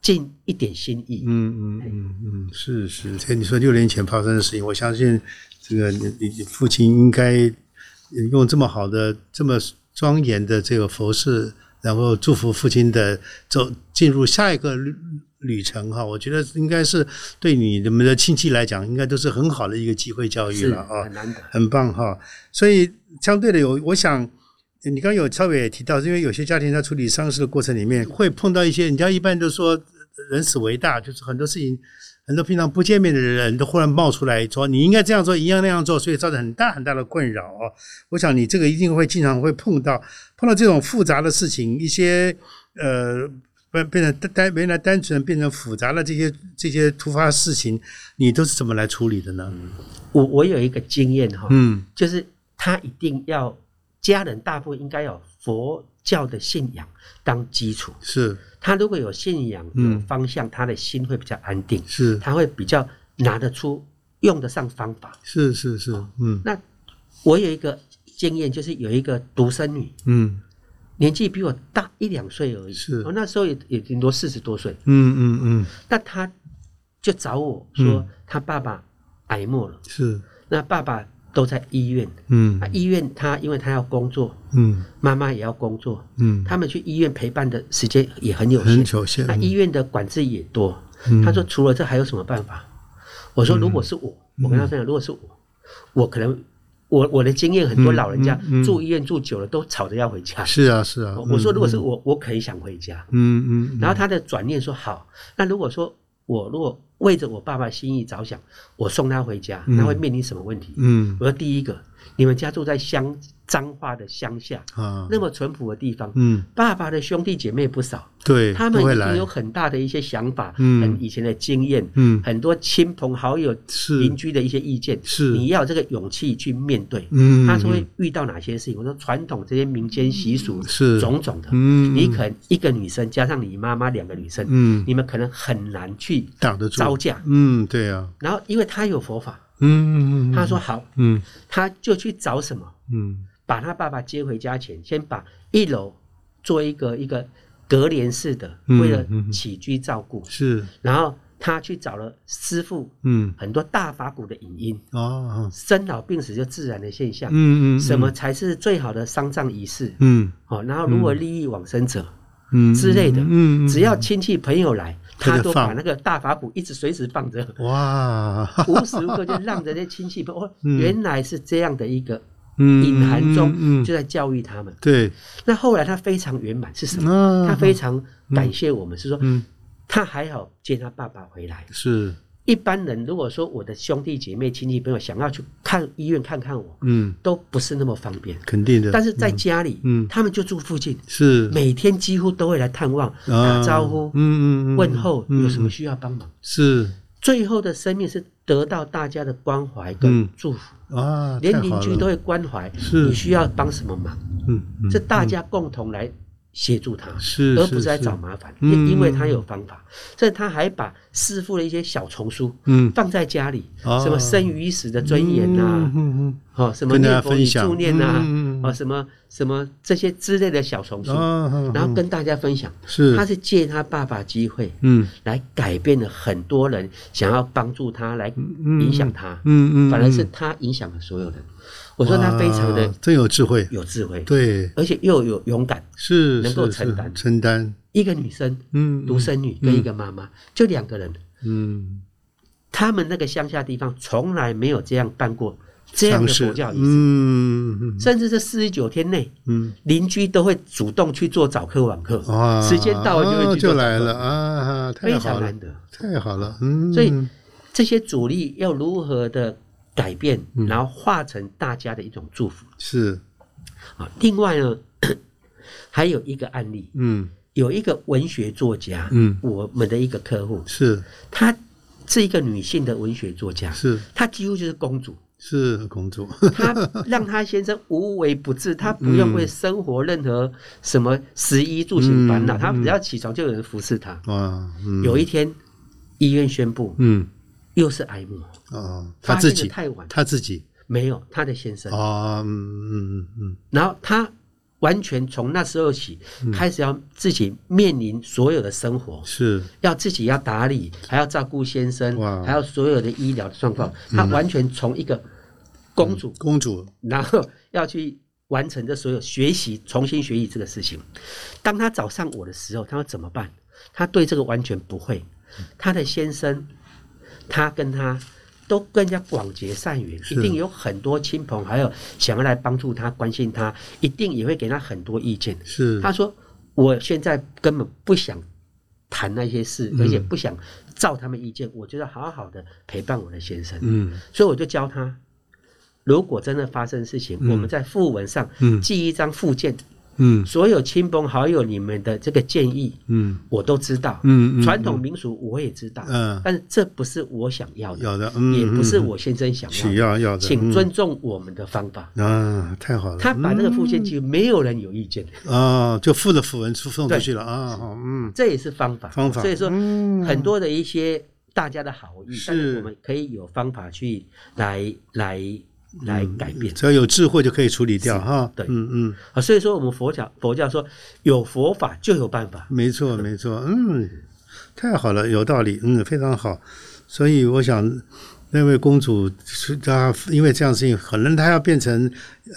B: 尽一点心意。
A: 嗯嗯嗯嗯，是是。所以你说六年前发生的事情，我相信这个你你你父亲应该呃用这么好的、这么庄严的这个佛事，然后祝福父亲的走进入下一个旅旅程哈。我觉得应该是对你你们的亲戚来讲，应该都是很好的一个机会教育
B: 是
A: 了啊
B: 很。难得。
A: 很棒哈。所以相对的有，我想你刚刚有稍微也提到，因为有些家庭在处理丧事的过程里面，会碰到一些人家一般都说呃人死为大，就是很多事情，很多平常不见面的人都忽然冒出来说你应该这样做，一样那样做，所以造成很大很大的困扰哦。我想你这个一定会经常会碰到，碰到这种复杂的事情，一些呃。变变成单原来单纯变成复杂的这些这些突发事情，你都是怎么来处理的呢？
B: 我我有一个经验哈，
A: 嗯
B: 就是他一定要家人大部分应该有佛教的信仰当基础。
A: 是
B: 他如果有信仰、
A: 嗯
B: 有方向，他的心会比较安定，
A: 是
B: 他会比较拿得出、用得上方法。
A: 是是是，
B: 哦
A: 嗯
B: 那我有一个经验，就是有一个独生女，
A: 嗯
B: 年纪比我大一两岁而已，哦
A: 是
B: 我那时候也也顶多四十多岁，
A: 嗯嗯嗯，
B: 那她就找我说，她爸爸癌末了，
A: 是，
B: 那爸爸都在医院，
A: 嗯
B: 啊，医院他因为他要工作，
A: 嗯
B: 妈妈也要工作，
A: 嗯，
B: 他们去医院陪伴的时间也很有
A: 很
B: 限，
A: 有限
B: 那，啊医院的管制
A: 嗯嗯
B: 也多。他说除了这还有什么办法？我说如果是我，我跟他分享，如果是我，我可能我我的经验，很多老人家
A: 嗯嗯嗯
B: 住医院住久了都吵着要回家。
A: 是啊是啊。
B: 我我说，
A: 嗯
B: 如果是我，我可以想回家。
A: 嗯嗯嗯，
B: 然后他的转念说好，那如果说我如果为着我爸爸心意着想，我送他回家，
A: 嗯
B: 那会面临什么问题？
A: 嗯
B: 我说第一个，你们家住在乡彰化的乡下，
A: 啊，
B: 那么淳朴的地方，
A: 嗯
B: 爸爸的兄弟姐妹不少，
A: 对，
B: 他们
A: 都会
B: 一
A: 来
B: 定有很大的一些想法，
A: 嗯
B: 很以前的经验，
A: 嗯
B: 很多亲朋好友、
A: 是
B: 邻居的一些意见，
A: 是
B: 你要有这个勇气去面对。
A: 嗯，
B: 他说
A: 嗯
B: 会遇到哪些事情？我说传统这些民间习俗
A: 是
B: 种种的，
A: 嗯
B: 你可能一个女生加上你妈妈两个女生，
A: 嗯
B: 你们可能很难去
A: 挡得住
B: 招架。
A: 嗯对啊，
B: 然后因为他有佛法，
A: 嗯嗯嗯
B: 他说好，
A: 嗯
B: 他就去找什么，
A: 嗯
B: 把他爸爸接回家前，先把一楼做一个一个隔帘式的，
A: 嗯
B: 为了
A: 嗯嗯
B: 起居照顾，
A: 是
B: 然后他去找了师傅，
A: 嗯
B: 很多大法鼓的影音，
A: 哦
B: 生老病死就自然的现象，
A: 嗯嗯
B: 什么才是最好的丧葬仪式？
A: 嗯
B: 哦，然后如何利益往生者
A: 嗯
B: 之类的，
A: 嗯嗯
B: 只要亲戚朋友来，
A: 他
B: 他
A: 就
B: 都
A: 放
B: 把那个大法鼓一直随时 放着，
A: 哇
B: 无时无刻就让人家亲戚朋友，哦
A: 嗯
B: 原来是这样的一个
A: 嗯
B: 隐含
A: 嗯
B: 中
A: 嗯
B: 就在教育他们。
A: 对
B: 那后来他非常圆满是什么？
A: 那
B: 他非常感谢我们，是说
A: 嗯
B: 他还好接他爸爸回来。
A: 是
B: 一般人如果说我的兄弟姐妹、亲戚朋友想要去看医院看看我，
A: 嗯
B: 都不是那么方便。
A: 肯定的，
B: 但是在家里，
A: 嗯
B: 他们就住附近，
A: 是
B: 每天几乎都会来探望、
A: 啊
B: 打招呼、
A: 嗯嗯嗯
B: 问候，
A: 嗯
B: 有什么需要帮忙。
A: 是
B: 最后的生命是得到大家的关怀
A: 嗯
B: 跟祝福，
A: 啊，
B: 连
A: 太
B: 邻
A: 好
B: 居
A: 了
B: 都会关怀，
A: 是
B: 你需要帮什么忙，
A: 嗯嗯
B: 是大家共同来协助他，
A: 是
B: 而不
A: 是
B: 是来
A: 是
B: 找麻烦，
A: 嗯
B: 因因为他有方法，所以他还把师傅的一些小丛书
A: 嗯
B: 放在家里，
A: 哦
B: 什么生与死的尊严呐
A: 嗯，嗯
B: 哦，什么
A: 跟大家
B: 念佛与
A: 分享
B: 助念呐
A: 嗯嗯嗯，
B: 哦，什么什么这些之类的小丛
A: 嗯
B: 书，
A: 啊，
B: 然后跟大家分享，
A: 是
B: 他是借他爸爸机会，
A: 嗯
B: 来改变了很多人想要帮助他，来
A: 嗯
B: 影响他，
A: 嗯嗯，
B: 反而是
A: 嗯
B: 他影响了所有人。我说他非常的
A: 哇真有智慧，
B: 有智慧，
A: 哦对，
B: 而且又有勇敢。
A: 是
B: 能够
A: 是是
B: 承担
A: 承担，
B: 一个女生，
A: 嗯，
B: 独生女跟一个妈妈，就两个人，
A: 嗯，
B: 他们那个乡下地方从来没有这样办过这样
A: 尝
B: 的
A: 试，
B: 佛教仪式，
A: 嗯嗯
B: 甚至是四十九天内，
A: 嗯，
B: 邻居都会主动去做早课晚课
A: 嗯，哇，
B: 时间到了就
A: 哦
B: 会去做
A: 就
B: 早课
A: 来了，啊，太
B: 非
A: 好
B: 常
A: 了
B: 难，得。
A: 太好了，嗯，
B: 所以这些阻力要如何的改变，
A: 嗯
B: 然后化成大家的一种祝福
A: 是，
B: 啊。另外呢，还有一个案例，
A: 嗯
B: 有一个文学作家，
A: 嗯
B: 我们的一个客户，
A: 是
B: 她是一个女性的文学作家，
A: 是
B: 她几乎就是 公主，
A: 是公主，
B: 她让她先生无微不至，她不
A: 嗯
B: 用为生活任何什么食衣住行烦恼，
A: 嗯
B: 她只要起床就有人服侍她。
A: 哇，嗯
B: 有一天，医院宣布
A: 嗯
B: 又是癌末，
A: 哦，
B: 发
A: 她
B: 现
A: 自
B: 得
A: 己
B: 太晚
A: 她自己
B: 没有她的先生。
A: 啊，嗯嗯嗯
B: 然后他完全从那时候起、开始要自己面临所有的生活
A: 嗯，是，
B: 要自己要打理，还要照顾先生
A: 哇，嗯
B: 还有所有的医疗状况，他完全从一个公主，
A: 公主，
B: 然后要去。完成这所有学习，重新学习这个事情。当他找上我的时候，他说怎么办？他对这个完全不会。他的先生，他跟他都跟人家广结善缘，
A: 是
B: 一定有很多亲朋好友想要来帮助他、关心他，一定也会给他很多意见。
A: 是
B: 他说：“我现在根本不想谈那些
A: 嗯
B: 事，而且不想照他们意见，我就要好好的陪伴我的先生。
A: 嗯
B: 所以我就教他，如果真的发生事情，我们在附文上
A: 嗯
B: 记一张附件，
A: 嗯
B: 所有亲朋好友你们的这个建议，
A: 嗯
B: 我都知道。
A: 嗯嗯
B: 传统民俗我也知道，
A: 嗯
B: 但是这不是我想要的，
A: 要的嗯
B: 也不是我先生想
A: 需
B: 要的，
A: 要要的，
B: 请
A: 嗯
B: 尊重我们的方法。
A: 啊，太好了，
B: 他把那个附
A: 嗯
B: 件，几乎没有人有意见，
A: 啊，就附了符文出送出
B: 对
A: 去了啊，好嗯，
B: 这也是方法。
A: 方法
B: 所以说
A: 嗯
B: 很多的一些大家的好意，
A: 是
B: 但是我们可以有方法去来来来
A: 嗯
B: 改变。
A: 只要有智慧就可以处理掉哈，
B: 对
A: 嗯嗯，
B: 啊，所以说我们佛教佛教说有佛法就有办法，
A: 没错没错，嗯，太好了，有道理，嗯，非常好，所以我想，那位公主是她因为这样的事情，可能她要变成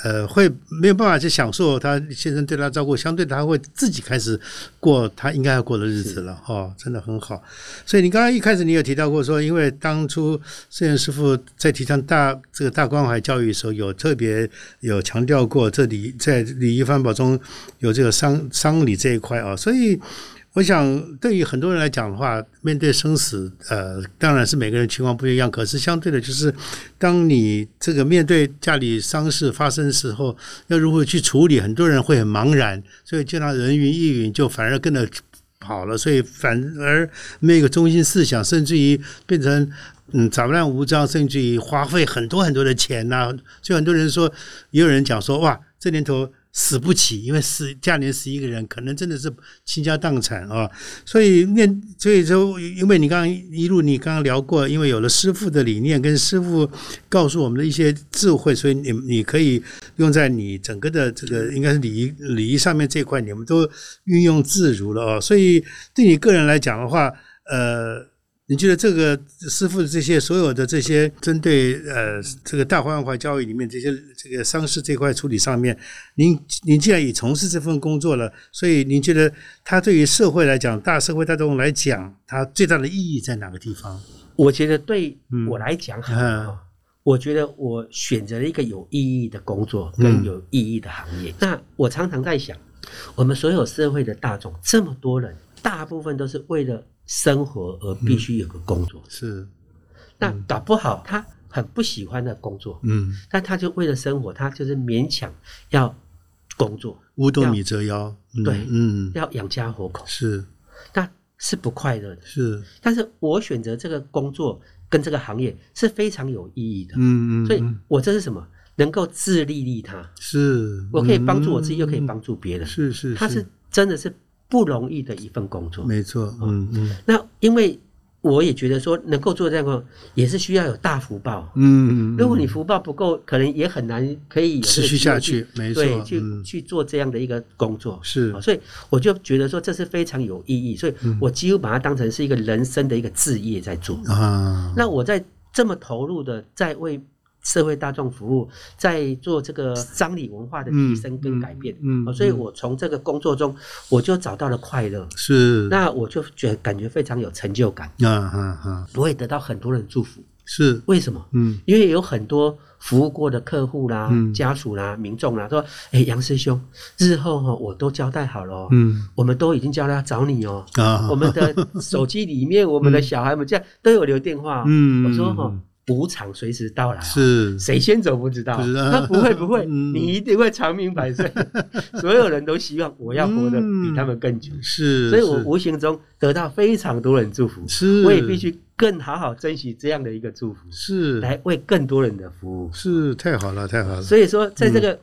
A: 呃，会没有办法去享受她先生对她照顾，相对她会自己开始过她应该要过的日子了哦，真的很好。所以你刚刚一开始你有提到过说，因为当初圣严师傅在提倡大这个大关怀教育的时候，有特别有强调过这里在礼仪范宝中有这个丧丧礼这一块啊、哦，所以。我想，对于很多人来讲的话，面对生死，呃，当然是每个人情况不一样。可是相对的，就是当你这个面对家里丧事发生时候，要如何去处理，很多人会很茫然，所以见到人云亦云，就反而跟着跑了，所以反而没有一个中心思想，甚至于变成嗯杂乱无章，甚至于花费很多很多的钱呐、啊。所以很多人说，也有人讲说，哇，这年头。死不起，因为死家里死一个人，可能真的是倾家荡产啊。所以面，所以说，因为你刚刚一路你刚刚聊过，因为有了师傅的理念跟师傅告诉我们的一些智慧，所以你你可以用在你整个的这个应该是礼仪礼仪上面这一块，你们都运用自如了啊。所以对你个人来讲的话，呃。你觉得这个师傅的这些所有的这些针对呃这个大环环教育里面这些这个丧事这块处理上面，您您既然已从事这份工作了，所以您觉得它对于社会来讲，大社会大众来讲，它最大的意义在哪个地方？啊
B: 我觉得对我来讲，嗯，嗯我觉得我选择了一个有意义的工作
A: 嗯
B: 跟有意义的行业。嗯、那我常常在想，我们所有社会的大众这么多人，大部分都是为了。生活而必须有个工作、嗯、
A: 是，
B: 那搞不好他很不喜欢的工作，嗯，但他就为了生活，他就是勉强要工作，
A: 五斗米折腰，
B: 嗯、对，嗯，要养家活口
A: 是，
B: 那是不快乐的，
A: 是。
B: 但是我选择这个工作跟这个行业是非常有意义的，嗯嗯，所以我这是什么？能够自利利他，
A: 是、嗯、
B: 我可以帮助我自己，又可以帮助别人，
A: 是是，
B: 他是真的是。不容易的一份工作，
A: 没错，嗯嗯。
B: 那因为我也觉得说，能够做这样工作也是需要有大福报，
A: 嗯。
B: 如果你福报不够，可能也很难可以
A: 持续下去，没错，嗯
B: 对，去去做这样的一个工作
A: 是。
B: 哦所以我就觉得说这是非常有意义，所以
A: 嗯
B: 我几乎把它当成是一个人生的一个置业在做
A: 啊。
B: 那我在这么投入的在为社会大众服务，在做这个丧礼文化的提升跟改变，哦
A: 嗯，嗯嗯
B: 所以我从这个工作中，我就找到了快乐，
A: 是，
B: 那我就觉感觉非常有成就感，
A: 啊啊啊！
B: 我也得到很多人祝福，
A: 是
B: 为什么？
A: 嗯，
B: 因为有很多服务过的客户啦、嗯、家属啦、民众啦，说，哎、欸，杨师兄，日后哈、喔、我都交代好了、喔，
A: 嗯，
B: 我们都已经交代要找你哦、喔，啊，我们的手机里面，我 们的小孩们这样都有留电话，
A: 嗯，
B: 我说哈。补偿随时到来、啊，
A: 是
B: 谁先走不知道，他 不会不会， 嗯、你一定会长命百岁。所有人都希望我要活得比他们更久，嗯、
A: 是，
B: 所以我无形中得到非常多人祝福，
A: 是，
B: 我也必须更好好珍惜这样的一个祝福，
A: 是，
B: 来为更多人的服务，
A: 是太好了，太好了。
B: 所以说，在这个、嗯、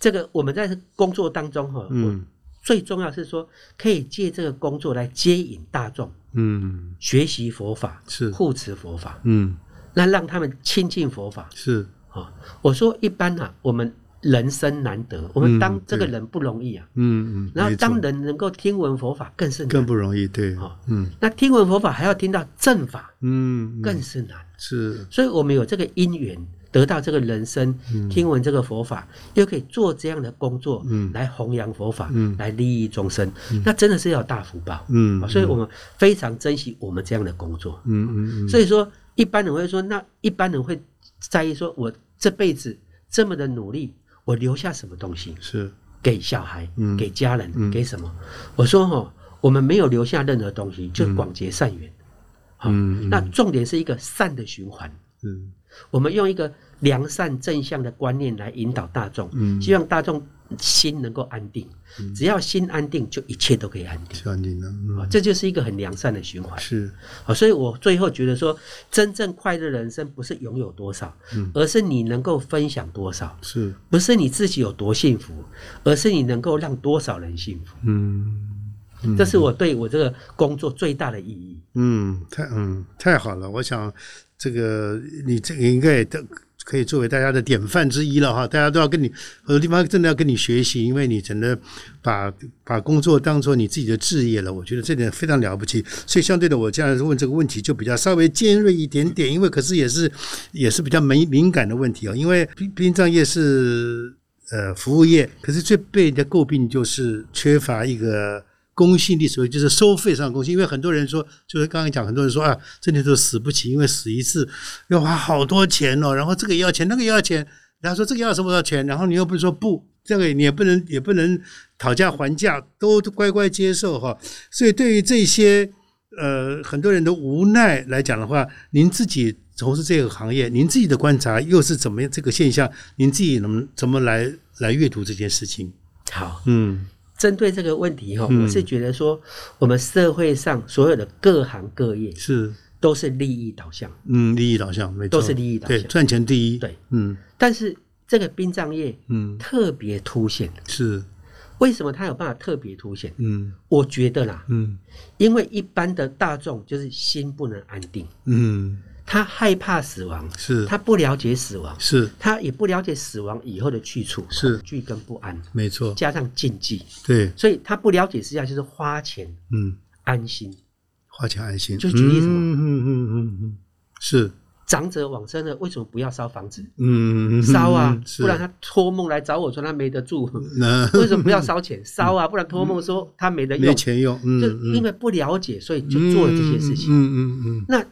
B: 这个我们在工作当中哈，
A: 嗯，
B: 最重要是说可以借这个工作来接引大众，
A: 嗯，
B: 学习佛法
A: 是
B: 护持佛法，
A: 嗯。
B: 那让他们亲近佛法
A: 是
B: 啊、哦，我说一般啊，我们人生难得，我们当这个人不容易啊，
A: 嗯嗯，
B: 然后当人能够听闻佛法更是
A: 更不容易，对，
B: 哦、
A: 嗯，
B: 那听闻佛法还要听到正法，
A: 嗯，
B: 更是难，
A: 是，
B: 所以我们有这个因缘得到这个人生，
A: 嗯、
B: 听闻这个佛法，又可以做这样的工作，
A: 嗯，
B: 来弘扬佛法，
A: 嗯，
B: 来利益众生，嗯、那真的是要大福报，
A: 嗯、
B: 哦，所以我们非常珍惜我们这样的工作，
A: 嗯嗯，
B: 所以说。一般人会说，那一般人会在意说，我这辈子这么的努力，我留下什么东西？
A: 是
B: 给小孩，
A: 嗯，
B: 给家人，
A: 嗯、
B: 给什么？我说哈，我们没有留下任何东西，就广结善缘。
A: 嗯，
B: 嗯那重点是一个善的循环。
A: 嗯，
B: 我们用一个良善正向的观念来引导大众，
A: 嗯，
B: 希望大众心能够安定。
A: 嗯、
B: 只要心安定，就一切都可以安定。
A: 安定了，嗯、
B: 这就是一个很良善的循环。
A: 是
B: 啊，所以我最后觉得说，真正快乐人生不是拥有多少，
A: 嗯、
B: 而是你能够分享多少。
A: 是，
B: 不是你自己有多幸福，而是你能够让多少人幸福。
A: 嗯。
B: 这是我对我这个工作最大的意义。
A: 嗯，太嗯太好了，我想这个你这个应该也可以作为大家的典范之一了哈。大家都要跟你，很多地方真的要跟你学习，因为你真的把把工作当做你自己的职业了。我觉得这点非常了不起。所以相对的，我这样问这个问题就比较稍微尖锐一点点，因为可是也是也是比较敏敏感的问题哦。因为殡殡葬业是呃服务业，可是最被人家诟病就是缺乏一个。公信力，所以就是收费上公信，因为很多人说，就是刚刚讲，很多人说啊，这里头死不起，因为死一次要花好多钱哦，然后这个也要钱，那个也要钱，然后说这个要什么要钱，然后你又不是说不，这个你也不能也不能讨价还价，都乖乖接受哈、哦。所以对于这些呃很多人的无奈来讲的话，您自己从事这个行业，您自己的观察又是怎么样这个现象？您自己能怎么来来阅读这件事情？
B: 好，
A: 嗯。
B: 针对这个问题哈，
A: 嗯
B: 我是觉得说，我们社会上所有的各行各业
A: 是，
B: 都是利益导向，
A: 嗯，利益导向，没错，
B: 都是利益导
A: 对，
B: 向
A: 赚钱第一，
B: 对
A: 嗯。
B: 但是这个殡葬业
A: 嗯，
B: 特别凸显。
A: 是，
B: 为什么它有办法特别凸显？
A: 嗯
B: 我觉得啦，
A: 嗯
B: 因为一般的大众就是心不能安定，
A: 嗯，
B: 他害怕死亡，
A: 是
B: 他不了解死亡，
A: 是
B: 他也不了解死亡以后的去处，
A: 是
B: 恐惧跟不安，
A: 没错，
B: 加上禁忌，
A: 对，
B: 所以他不了解之下就是花钱
A: 嗯，
B: 安心。
A: 花钱安心，
B: 就举例什么
A: 嗯嗯嗯嗯嗯，是，
B: 长者往生了，为什么不要烧房子？
A: 嗯，嗯
B: 烧啊，
A: 是
B: 不然他托梦来找我说他没 得住，
A: 那
B: 为什么不要烧钱？烧啊，不然托梦说他没得
A: 嗯
B: 用，
A: 没钱用，嗯，
B: 就
A: 嗯
B: 因为不了解，所以就做了这些事情。
A: 嗯嗯嗯嗯，
B: 那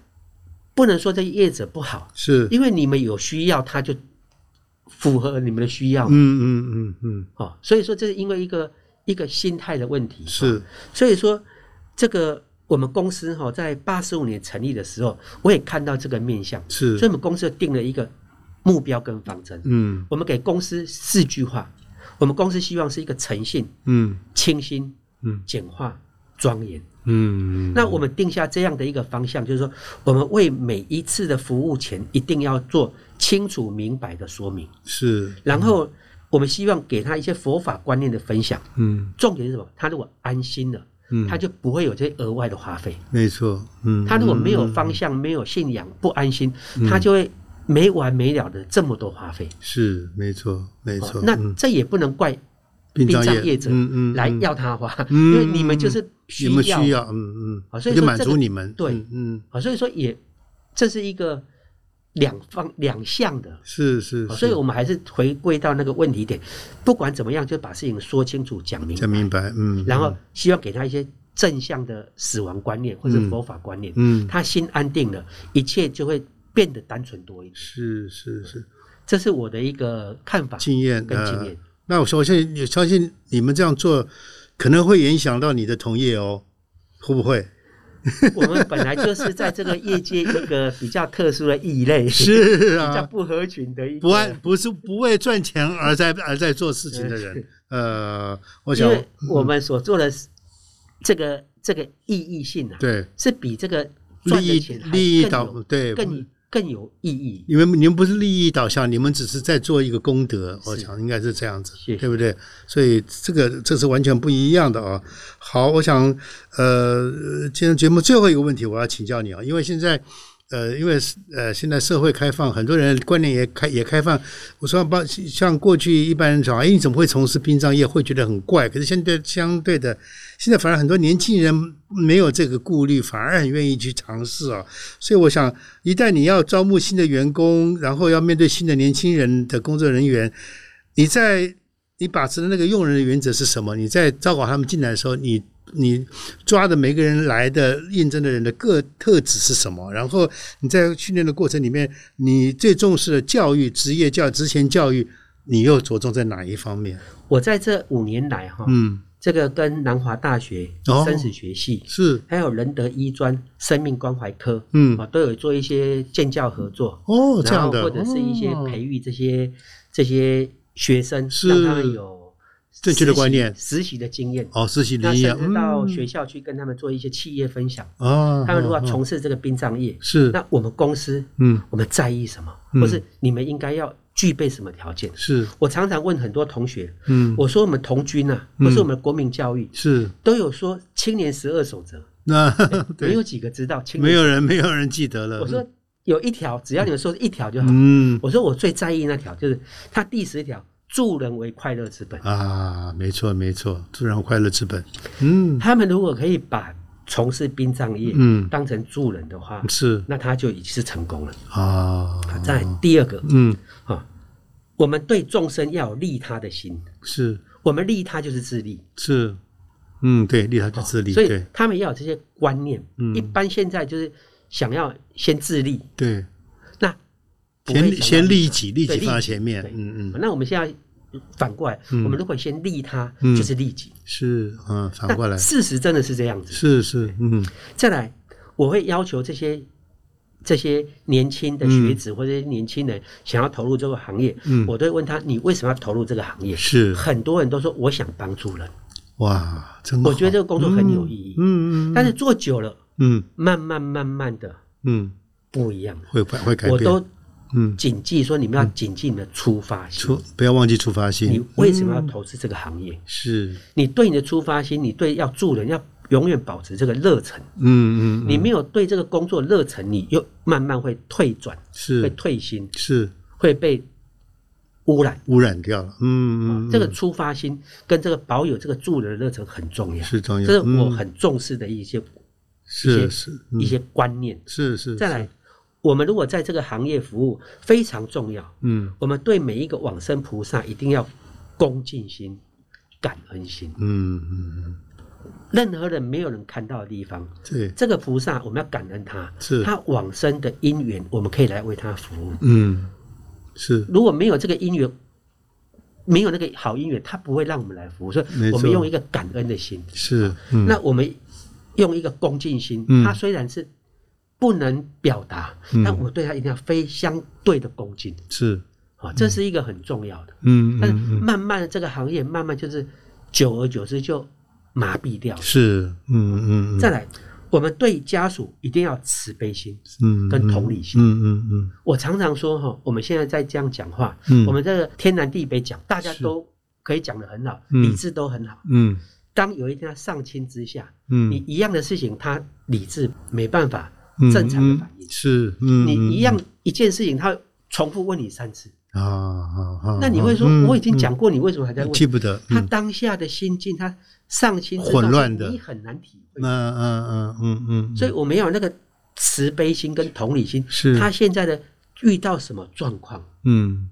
B: 不能说这业者不好，
A: 是，
B: 因为你们有需要，他就符合你们的需要
A: 嗯
B: 嘛
A: 嗯嗯嗯，
B: 哦。所以说这是因为一个一个心态的问题。
A: 是
B: 哦，所以说这个我们公司哈、哦，在八十五年成立的时候，我也看到这个面向，所以
A: 是，
B: 我们公司就定了一个目标跟方针。
A: 嗯
B: 我们给公司四句话，我们公司希望是一个诚信、
A: 嗯
B: 清新、
A: 嗯
B: 简化、庄严。
A: 嗯，
B: 那我们定下这样的一个方向，就是说，我们为每一次的服务前一定要做清楚明白的说明，
A: 是，
B: 然后我们希望给他一些佛法观念的分享。
A: 嗯
B: 重点是什么？他如果安心了，
A: 嗯，
B: 他就不会有这些额外的花费。
A: 没错，嗯，
B: 他如果没有
A: 嗯
B: 方向、没有信仰、不安心，他就会没完没了的这么多花费。
A: 是没错没错，
B: 哦那
A: 嗯
B: 这也不能怪
A: 殡
B: 殡
A: 葬
B: 葬
A: 业
B: 业者
A: 嗯嗯
B: 来
A: 嗯
B: 要他花，
A: 嗯
B: 因为你们就是需
A: 你们需
B: 要
A: 要，嗯嗯，
B: 啊所以
A: 我就
B: 说
A: 满
B: 这
A: 足
B: 个
A: 你们，
B: 对
A: 嗯嗯，
B: 啊，所以说也这是一个两方两项的，
A: 是是，
B: 啊
A: 是
B: 所以我们还是回归到那个问题点，不管怎么样，就把事情说清楚、讲明
A: 讲
B: 白，
A: 明白，嗯，
B: 然后希望给他一些正向的死亡观念或者佛法观念，
A: 嗯，
B: 他心安定了，一切就会变得单纯多一点。
A: 是是是，
B: 这是我的一个看法
A: 经验
B: 跟经
A: 呃
B: 验。
A: 那我相信，你相信你们这样做，可能会影响到你的同业哦，会不会？
B: 我们本来就是在这个业界一个比较特殊的异 类，
A: 是
B: 比较
A: 啊，
B: 不合群的一个
A: 不爱不是不为赚钱而在而在做事情的人，呃，我
B: 因
A: 想
B: 为我们所做的是这个这个意义性啊，
A: 对
B: 是比这个赚
A: 利
B: 的
A: 益
B: 钱还
A: 利益
B: 更
A: 导
B: 有
A: 对
B: 更更有意义。
A: 你们你们不是利益导向，你们只是在做一个功德，我想应该是这样子，
B: 是
A: 对不对？所以这个这是完全不一样的啊。好，我想呃，今天节目最后一个问题我要请教你啊，因为现在。呃，因为呃，现在社会开放，很多人观念也开也开放。我说包像过去一般人说，哎，你怎么会从事殡葬业？会觉得很怪。可是现在相对的，现在反而很多年轻人没有这个顾虑，反而很愿意去尝试啊。所以我想，一旦你要招募新的员工，然后要面对新的年轻人的工作人员，你在你把持的那个用人的原则是什么？你在招考他们进来的时候，你你抓的每个人来的应征的人的个特质是什么？然后你在训练的过程里面，你最重视的教育、职业教、职前教育，你又着重在哪一方面？
B: 我在这五年来哈，
A: 嗯，
B: 这个跟南华大学
A: 哦
B: 生死学系，
A: 是，
B: 还有仁德医专生命关怀科，
A: 嗯
B: 啊，都有做一些建教合作，
A: 哦，这
B: 然
A: 样
B: 后
A: 的，
B: 或者是一些
A: 哦
B: 培育这些这些学生，
A: 是
B: 让他们有
A: 正确的
B: 实习
A: 观念
B: 实习的经验。
A: 哦，实习
B: 那
A: 的一
B: 甚
A: 样，
B: 至到
A: 嗯
B: 学校去跟他们做一些企业分享，
A: 啊，
B: 他们如果
A: 啊啊
B: 从事这个殡葬业，
A: 是
B: 那我们公司
A: 嗯
B: 我们在意什么，
A: 嗯
B: 或是你们应该要具备什么条件？
A: 是
B: 我常常问很多同学，
A: 嗯
B: 我说我们童军啊，或是我们国民教育
A: 是
B: 都有说青年十二守则，
A: 那 对
B: 没有几个知道青
A: 没
B: 年。
A: 有人，没有人记得了。
B: 我说有一条，只要你们说是一条就好。
A: 嗯
B: 我说我最在意那条，就是他第十条，助人为快乐之本。
A: 啊，没错没错，助人快乐之本。嗯
B: 他们如果可以把从事殡葬业
A: 嗯，
B: 当成助人的话，
A: 是
B: 那他就已经是成功了。
A: 啊，
B: 再来第二个
A: 嗯
B: 啊，我们对众生要有利他的心，
A: 是
B: 我们利他就是自利，
A: 是，嗯对，利他就自利，
B: 哦所以
A: 对嗯
B: 他们要有这些观念。一般现在就是想要先自利，
A: 对，
B: 那不会
A: 先
B: 想要
A: 先利己，利
B: 对
A: 己放在
B: 利己
A: 前面
B: 对，
A: 嗯嗯
B: 那我们现在反过来，我们如果先利他，
A: 嗯
B: 就是利己。
A: 是嗯，反过来
B: 那事实真的是这样子。
A: 是是嗯
B: 再来，我会要求这些这些年轻的学子或者年轻人想要投入这个行业，
A: 嗯
B: 我都会问他：你为什么要投入这个行业？
A: 是
B: 很多人都说我想帮助人，
A: 哇，真好
B: 我觉得这个工作很有意义。
A: 嗯嗯
B: 但是做久了，
A: 嗯
B: 慢慢慢慢的
A: 嗯，
B: 不一样了。
A: 会会会改
B: 我
A: 变，
B: 都
A: 嗯
B: 谨记说，你们要谨记你的出发心。
A: 出不要忘记出发
B: 你
A: 心，
B: 为什么要投资这个行业？
A: 是
B: 你对你的出发心，你对要助人要永远保持这个热忱。
A: 嗯嗯嗯
B: 你没有对这个工作热忱，你又慢慢会退转，会
A: 是
B: 退心，
A: 是
B: 会被污染。
A: 污染掉了，嗯嗯
B: 这个出发心跟这个保有这个助人的热忱很重要，
A: 是重要
B: 这是我
A: 嗯
B: 很重视的一些
A: 是是嗯
B: 一些观念。
A: 是是
B: 再来，我们如果在这个行业服务非常重要，
A: 嗯
B: 我们对每一个往生菩萨一定要恭敬心、感恩心。
A: 嗯嗯嗯
B: 任何人没有人看到的地方，
A: 对
B: 这个菩萨我们要感恩他，
A: 是
B: 他往生的因缘，我们可以来为他服务。
A: 嗯是
B: 如果没有这个因缘，没有那个好因缘，他不会让我们来服务。所以
A: 没错
B: 我们用一个感恩的心，
A: 是嗯
B: 那我们用一个恭敬心
A: 嗯。
B: 他虽然是不能表达，但我们对他一定要非相对的恭敬
A: 是
B: 啊，这是一个很重要的。
A: 嗯
B: 但是
A: 嗯
B: 慢慢的这个行业，慢慢就是久而久之就麻痹掉了。
A: 是嗯嗯嗯
B: 再来，我们对家属一定要慈悲心。
A: 嗯
B: 跟同理心
A: 嗯嗯嗯
B: 我常常说哈，我们现在在这样讲话，
A: 嗯
B: 我们这个天南地北讲，大家都可以讲得很好，
A: 嗯
B: 理智都很好。
A: 嗯
B: 当有一天他上清之下，
A: 嗯
B: 你一样的事情，他理智没办法
A: 嗯
B: 正常的反应
A: 嗯，是嗯
B: 你
A: 嗯
B: 一样一件事情，他重复问你三次，
A: 啊啊啊
B: 那你会说
A: 嗯
B: 我已经讲过，你为什么还在
A: 记
B: 问？
A: 不得
B: 他
A: 嗯
B: 当下的心境，他上心之上
A: 混乱的
B: 你很难体会。
A: 嗯嗯嗯嗯嗯
B: 所以我们要有那个慈悲心跟同理心。
A: 是
B: 他现在的遇到什么状况，
A: 嗯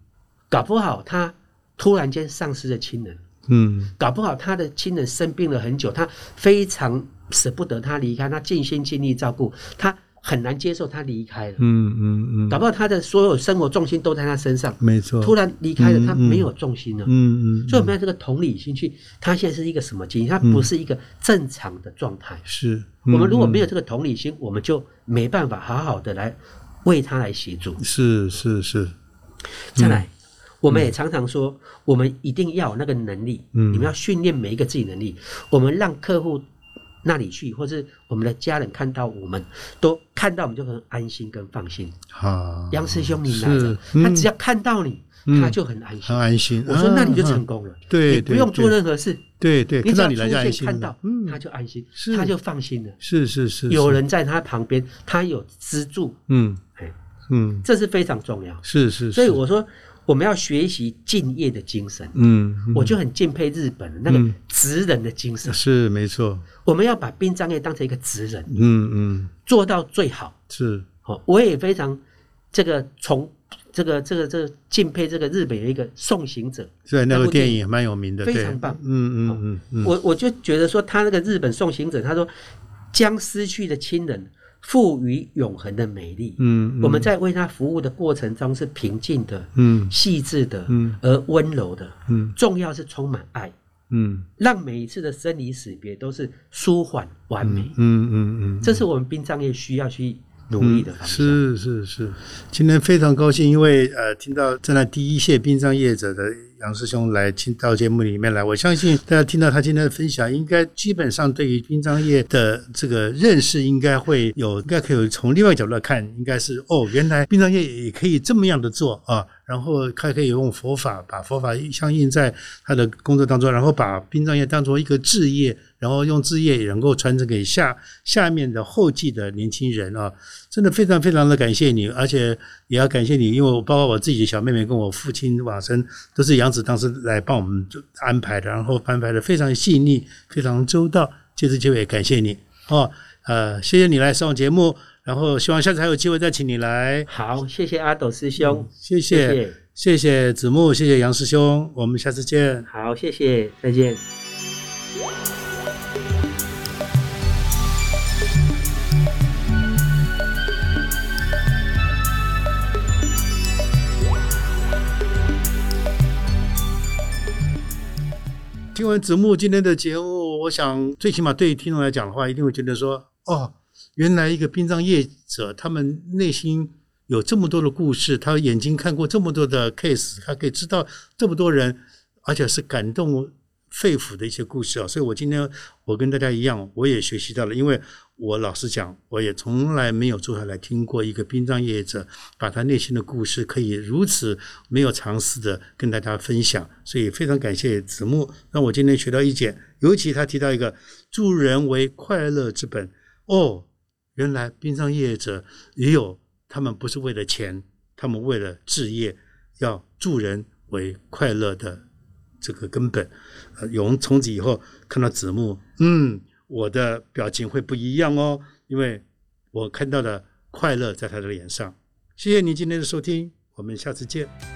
B: 搞不好他突然间丧失了亲人，
A: 嗯
B: 搞不好他的亲人生病了很久，他非常舍不得他离开，他尽心尽力照顾，他很难接受他离开了。
A: 嗯嗯嗯
B: 搞不好他的所有生活重心都在他身上，
A: 没错
B: 突然离开
A: 嗯
B: 了，他
A: 嗯
B: 没有重心了。
A: 嗯嗯
B: 所以我们要这个同理心去，他现在是一个什么境？他不是一个正常的状态。
A: 是
B: 我们如果
A: 嗯
B: 没有这个同理心，我们就没办法好好的来为他来协助。
A: 是是是
B: 再来，我们也常常说，我们一定要有那个能力，
A: 嗯
B: 你们要训练每一个自己能力。我们让客户那里去，或是我们的家人看到我们，都看到我们就很安心跟放心。
A: 好
B: 杨师兄，你来着
A: 哦是，嗯
B: 他只要看到你，他就很安
A: 很
B: 心。
A: 安心
B: 我说，那你就
A: 啊
B: 成功了，
A: 对
B: 你不用
A: 对
B: 做任何事，
A: 对对，
B: 你
A: 看
B: 只
A: 到
B: 要
A: 你来
B: 出
A: 就安
B: 现
A: 心
B: 看
A: 了嗯
B: 到，他就安心
A: 是，
B: 他就放心了。
A: 是是是，
B: 有
A: 是
B: 人在他旁边，他有资助，
A: 嗯
B: 哎，
A: 嗯
B: 这是非常重要。
A: 是是，
B: 所以
A: 是
B: 我说，我们要学习敬业的精神。
A: 嗯嗯
B: 我就很敬佩日本人那个职人的精神。
A: 是没错，
B: 我们要把殡葬业当成一个职人，
A: 嗯嗯
B: 做到最好。
A: 是
B: 哦，我也非常这个从这个这个这个敬佩这个日本有一个送行者，
A: 对那
B: 那
A: 部
B: 部电
A: 电影也蛮有名的，
B: 非
A: 对
B: 常棒
A: 嗯嗯嗯嗯，
B: 我我就觉得说他那个日本送行者，他说将失去的亲人赋予永恒的美丽。
A: 嗯嗯
B: 我们在为他服务的过程中是平静的、
A: 嗯
B: 细致的，而温柔的，
A: 嗯
B: 重要是充满爱。
A: 嗯
B: 让每一次的生离死别都是舒缓完美，
A: 嗯嗯嗯。
B: 这是我们殡葬业需要去努力的方向。
A: 呃是是是，今天非常高兴，因为呃，听到站在第一线殡葬业者的杨师兄来听到节目里面来。我相信大家听到他今天的分享，应该基本上对于殡葬业的这个认识，应该会有，应该可以从另外一个角度来看，应该是哦，原来殡葬业也可以这么样的做啊。然后还可以用佛法，把佛法相应在他的工作当中，然后把殡葬业当做一个置业，然后用置业也能够传承给下下面的后继的年轻人啊，真的非常非常的感谢你，而且也要感谢你，因为我包括我自己的小妹妹跟我父亲往生都是杨子当时来帮我们安排的，然后安排的非常细腻，非常周到，借此机会也感谢你哦，呃，谢谢你来上我节目。然后希望下次还有机会再请你来。
B: 好，谢谢阿斗师兄，
A: 嗯谢谢，谢谢子木，谢谢杨师兄，我们下次见。
B: 好，谢谢，再见。
A: 听完子木今天的节目，我想最起码对于听众来讲的话，一定会觉得说，哦。原来一个殡葬业者，他们内心有这么多的故事，他眼睛看过这么多的 case，他可以知道这么多人，而且是感动肺腑的一些故事啊。所以我今天我跟大家一样，我也学习到了，因为我老实讲，我也从来没有坐下来听过一个殡葬业者把他内心的故事可以如此没有尝试的跟大家分享，所以非常感谢子木，让我今天学到一点。尤其他提到一个助人为快乐之本哦。原来殡葬业者也有，他们不是为了钱，他们为了置业，要助人为快乐的这个根本。呃，有人从此以后看到子木，嗯，我的表情会不一样哦，因为我看到了快乐在他的脸上。谢谢您今天的收听，我们下次见。